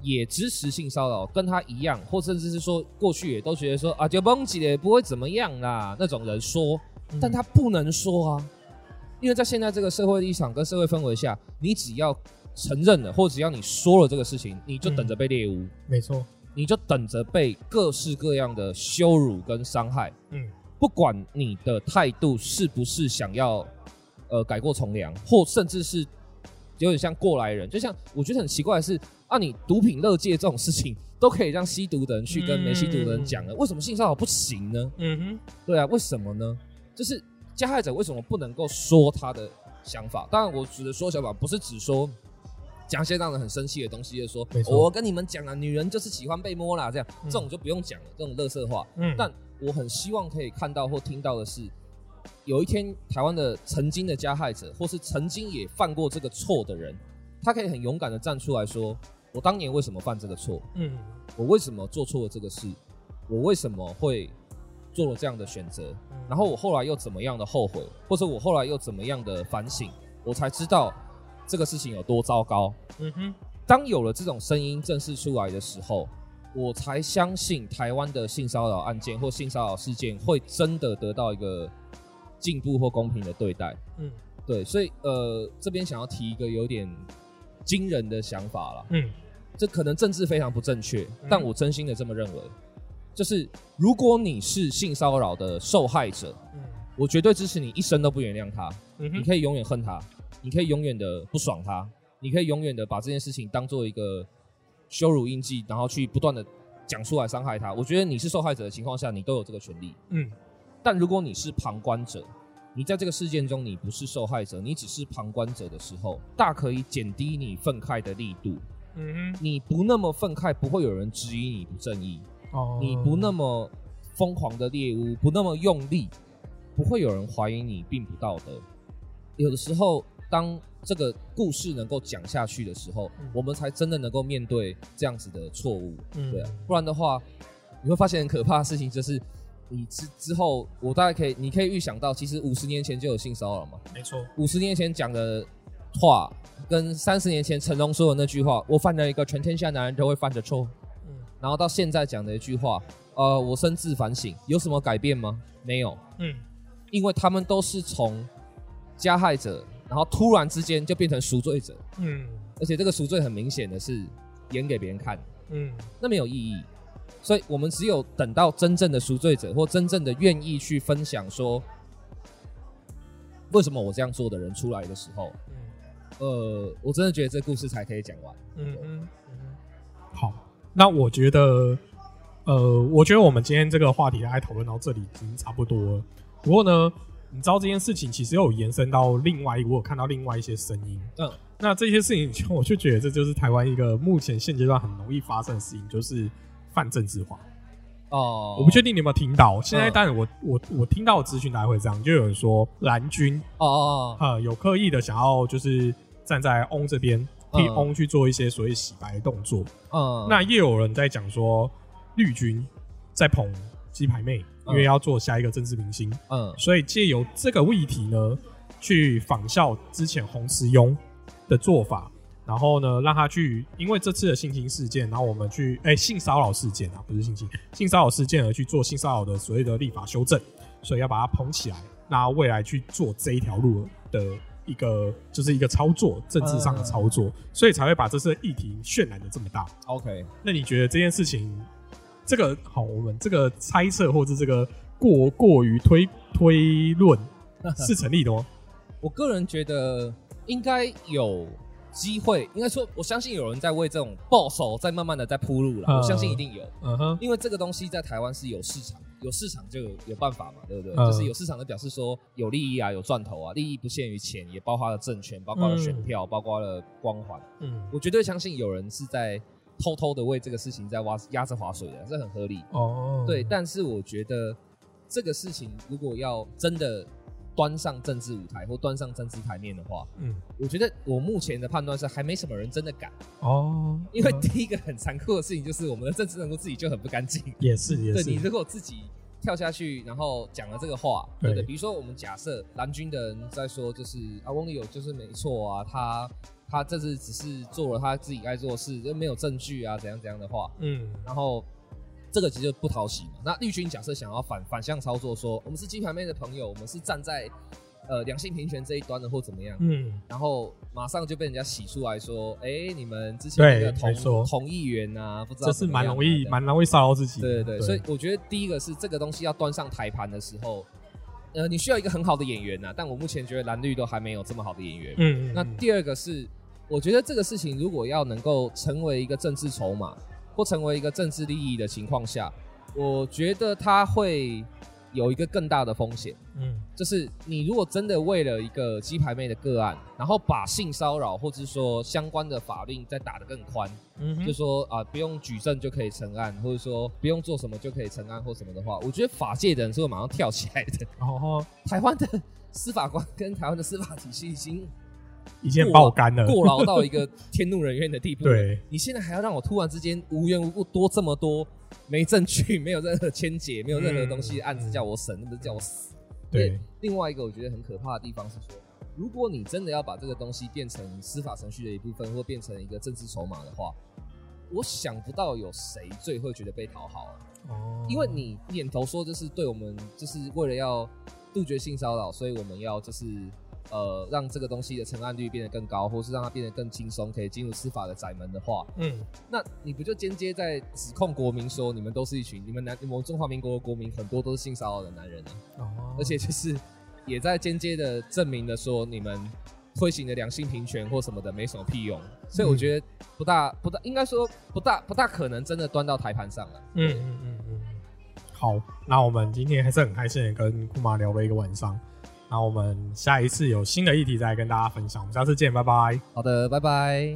[SPEAKER 3] 也支持性骚扰跟他一样，或甚至是说过去也都觉得说啊，就蹦起来不会怎么样啦那种人说，但他不能说啊，因为在现在这个社会立场跟社会氛围下，你只要承认了，或只要你说了这个事情，你就等着被猎污，
[SPEAKER 2] 没错，
[SPEAKER 3] 你就等着被各式各样的羞辱跟伤害。
[SPEAKER 2] 嗯
[SPEAKER 3] 不管你的态度是不是想要呃改过从良，或甚至是有点像过来人，就像我觉得很奇怪的是，啊，你毒品乐戒这种事情都可以让吸毒的人去跟没吸毒的人讲了，为什么性骚扰不行呢？
[SPEAKER 2] 嗯
[SPEAKER 3] 对啊，为什么呢？就是加害者为什么不能够说他的想法？当然，我指的说想法不是指说讲一些让人很生气的东西，就是说
[SPEAKER 2] 没错嗯
[SPEAKER 3] 我跟你们讲啊，女人就是喜欢被摸啦，这样、这种就不用讲了，这种乐色话。
[SPEAKER 2] 哼，
[SPEAKER 3] 但我很希望可以看到或听到的是，有一天台湾的曾经的加害者，或是曾经也犯过这个错的人，他可以很勇敢的站出来说：“我当年为什么犯这个错？
[SPEAKER 2] 嗯，
[SPEAKER 3] 我为什么做错了这个事？我为什么会做了这样的选择？
[SPEAKER 2] 嗯
[SPEAKER 3] 然后我后来又怎么样的后悔，或者我后来又怎么样的反省，我才知道这个事情有多糟糕。
[SPEAKER 2] 嗯哼，
[SPEAKER 3] 当有了这种声音正式出来的时候，我才相信台湾的性骚扰案件或性骚扰事件会真的得到一个进步或公平的对待。
[SPEAKER 2] 嗯
[SPEAKER 3] 对，所以呃，这边想要提一个有点惊人的想法啦，
[SPEAKER 2] 嗯
[SPEAKER 3] 这可能政治非常不正确，但我真心的这么认为，就是如果你是性骚扰的受害者，
[SPEAKER 2] 嗯
[SPEAKER 3] 我绝对支持你一生都不原谅他，
[SPEAKER 2] 嗯
[SPEAKER 3] 你
[SPEAKER 2] 哼，
[SPEAKER 3] 可以永远恨他，你可以永远的不爽他，你可以永远的把这件事情当做一个羞辱印记，然后去不断的讲出来伤害他。我觉得你是受害者的情况下，你都有这个权利。
[SPEAKER 2] 嗯
[SPEAKER 3] 但如果你是旁观者，你在这个事件中你不是受害者，你只是旁观者的时候，大可以减低你愤慨的力度。
[SPEAKER 2] 嗯
[SPEAKER 3] 你不那么愤慨，不会有人质疑你不正义；
[SPEAKER 2] 哼，哦，
[SPEAKER 3] 你不那么疯狂的猎巫，不那么用力，不会有人怀疑你并不道德。有的时候，当这个故事能够讲下去的时候，
[SPEAKER 2] 嗯
[SPEAKER 3] 我们才真的能够面对这样子的错误。
[SPEAKER 2] 嗯
[SPEAKER 3] 对啊，不然的话，你会发现很可怕的事情就是。你之之后，我大概可以，你可以预想到，其实五十年前就有性骚扰嘛。
[SPEAKER 2] 没错，
[SPEAKER 3] 五十年前讲的话，跟三十年前成龙说的那句话“我犯了一个全天下男人都会犯的错
[SPEAKER 2] 嗯”，
[SPEAKER 3] 然后到现在讲的一句话，呃，我深自反省，有什么改变吗？没有，
[SPEAKER 2] 嗯
[SPEAKER 3] 因为他们都是从加害者，然后突然之间就变成赎罪者，
[SPEAKER 2] 嗯
[SPEAKER 3] 而且这个赎罪很明显的是演给别人看，
[SPEAKER 2] 嗯
[SPEAKER 3] 那没有意义。所以我们只有等到真正的赎罪者或真正的愿意去分享说为什么我这样做的人出来的时候，
[SPEAKER 2] 嗯
[SPEAKER 3] 呃，我真的觉得这故事才可以讲完。
[SPEAKER 2] 嗯嗯哼，好，那我觉得，呃，我觉得我们今天这个话题大概讨论到这里已经差不多了。不过呢，你知道这件事情其实又有延伸到另外一个，我有看到另外一些声音。
[SPEAKER 3] 嗯，
[SPEAKER 2] 那这些事情，我就觉得这就是台湾一个目前现阶段很容易发生的事情，就是泛政治化。
[SPEAKER 3] 哦，
[SPEAKER 2] 我不确定你有没有听到，现在
[SPEAKER 3] 嗯
[SPEAKER 2] 当然我、我我听到的资讯大概会这样，就有人说蓝军
[SPEAKER 3] 哦哦，哦
[SPEAKER 2] 呃，有刻意的想要就是站在翁这边替
[SPEAKER 3] 嗯
[SPEAKER 2] 翁去做一些所谓洗白的动作。
[SPEAKER 3] 嗯，
[SPEAKER 2] 那也有人在讲说，绿军在捧鸡排妹，因为要做下一个政治明星，
[SPEAKER 3] 嗯
[SPEAKER 2] 所以借由这个议题呢，去仿效之前洪慈庸的做法，然后呢，让他去因为这次的性侵事件，然后我们去哎、性骚扰事件啊，不是性侵，性骚扰事件而去做性骚扰的所谓的立法修正，所以要把它捧起来，那未来去做这一条路的。一个就是一个操作，政治上的操作，所以才会把这次的议题渲染的这么大。
[SPEAKER 3] ，OK，
[SPEAKER 2] 那你觉得这件事情，这个好，我们这个猜测或者这个过过于推推论是成立的哦吗？
[SPEAKER 3] 我个人觉得应该有机会，应该说，我相信有人在为这种报手在慢慢的在铺路了，
[SPEAKER 2] 嗯
[SPEAKER 3] 我相信一定有，
[SPEAKER 2] 嗯哼，
[SPEAKER 3] 因为这个东西在台湾是有市场，有市场就有有办法嘛，对不对？
[SPEAKER 2] 嗯
[SPEAKER 3] 就是有市场就表示说有利益啊，有赚头啊，利益不限于钱，也包括了政权，包括了选票，包括了光环。
[SPEAKER 2] 嗯，
[SPEAKER 3] 我绝对相信有人是在偷偷的为这个事情在挖压着划水的，这很合理。
[SPEAKER 2] 哦，
[SPEAKER 3] 对，但是我觉得这个事情如果要真的端上政治舞台或端上政治台面的话，
[SPEAKER 2] 嗯，
[SPEAKER 3] 我觉得我目前的判断是还没什么人真的敢，
[SPEAKER 2] 哦，
[SPEAKER 3] 因为
[SPEAKER 2] 嗯
[SPEAKER 3] 第一个很残酷的事情就是我们的政治人物自己就很不干净。
[SPEAKER 2] 也是 也
[SPEAKER 3] 对
[SPEAKER 2] 是，
[SPEAKER 3] 你如果自己跳下去，然后讲了这个话，对不对？
[SPEAKER 2] 对
[SPEAKER 3] 比如说我们假设蓝军的人在说，就是啊，翁立友就是没错啊，他他这次只是做了他自己该做的事，就没有证据啊，怎样怎样的话，
[SPEAKER 2] 嗯
[SPEAKER 3] 然后这个其实就不讨喜嘛。那绿军假设想要反反向操作说我们是鸡排妹的朋友，我们是站在呃两性平权这一端的，或怎么样，
[SPEAKER 2] 嗯
[SPEAKER 3] 然后马上就被人家洗出来说，哎，你们之前那个
[SPEAKER 2] 对没错
[SPEAKER 3] 同同议员啊，不知道
[SPEAKER 2] 这是
[SPEAKER 3] 怎么
[SPEAKER 2] 蛮
[SPEAKER 3] 样啊
[SPEAKER 2] 容易
[SPEAKER 3] 这样
[SPEAKER 2] 蛮容易骚扰自己的，
[SPEAKER 3] 对对对，
[SPEAKER 2] 对，
[SPEAKER 3] 所以我觉得第一个是这个东西要端上台盘的时候，呃，你需要一个很好的演员呐、啊但我目前觉得蓝绿都还没有这么好的演员。
[SPEAKER 2] 嗯，嗯
[SPEAKER 3] 那
[SPEAKER 2] 嗯
[SPEAKER 3] 第二个是，我觉得这个事情如果要能够成为一个政治筹码或成为一个政治利益的情况下，我觉得它会有一个更大的风险，
[SPEAKER 2] 嗯，
[SPEAKER 3] 就是你如果真的为了一个鸡排妹的个案，然后把性骚扰或者说相关的法令再打得更宽，
[SPEAKER 2] 嗯哼
[SPEAKER 3] 就说啊、不用举证就可以成案，或者说不用做什么就可以成案或什么的话，我觉得法界的人是会马上跳起来的。
[SPEAKER 2] 然后
[SPEAKER 3] 台湾的司法官跟台湾的司法体系已经
[SPEAKER 2] 一键爆肝了，
[SPEAKER 3] 过劳到一个天怒人怨的地步。，
[SPEAKER 2] 对，
[SPEAKER 3] 你现在还要让我突然之间无缘无故多这么多没证据、没有任何牵结、没有任何东西的案子叫我审，那不是叫我死？
[SPEAKER 2] 对，
[SPEAKER 3] 另外一个我觉得很可怕的地方是说，如果你真的要把这个东西变成司法程序的一部分，或变成一个政治筹码的话，我想不到有谁最会觉得被讨好、啊。
[SPEAKER 2] 哦
[SPEAKER 3] 因为你点头说就是对我们就是为了要杜绝性骚扰，所以我们要就是呃让这个东西的成案率变得更高，或是让它变得更轻松，可以进入司法的窄门的话，
[SPEAKER 2] 嗯，
[SPEAKER 3] 那你不就间接在指控国民说你们都是一群你们男我们中华民国的国民很多都是性骚扰的男人啊，
[SPEAKER 2] 哦
[SPEAKER 3] 而且就是也在间接的证明了说你们推行的两性平权或什么的没什么屁用，所以我觉得不大不大应该说不大不大可能真的端到台盘上了。
[SPEAKER 2] 嗯嗯嗯嗯，好，那我们今天还是很开心的跟库玛聊了一个晚上。那我们下一次有新的议题再来跟大家分享，我们下次见，拜拜。
[SPEAKER 3] 好的，拜拜。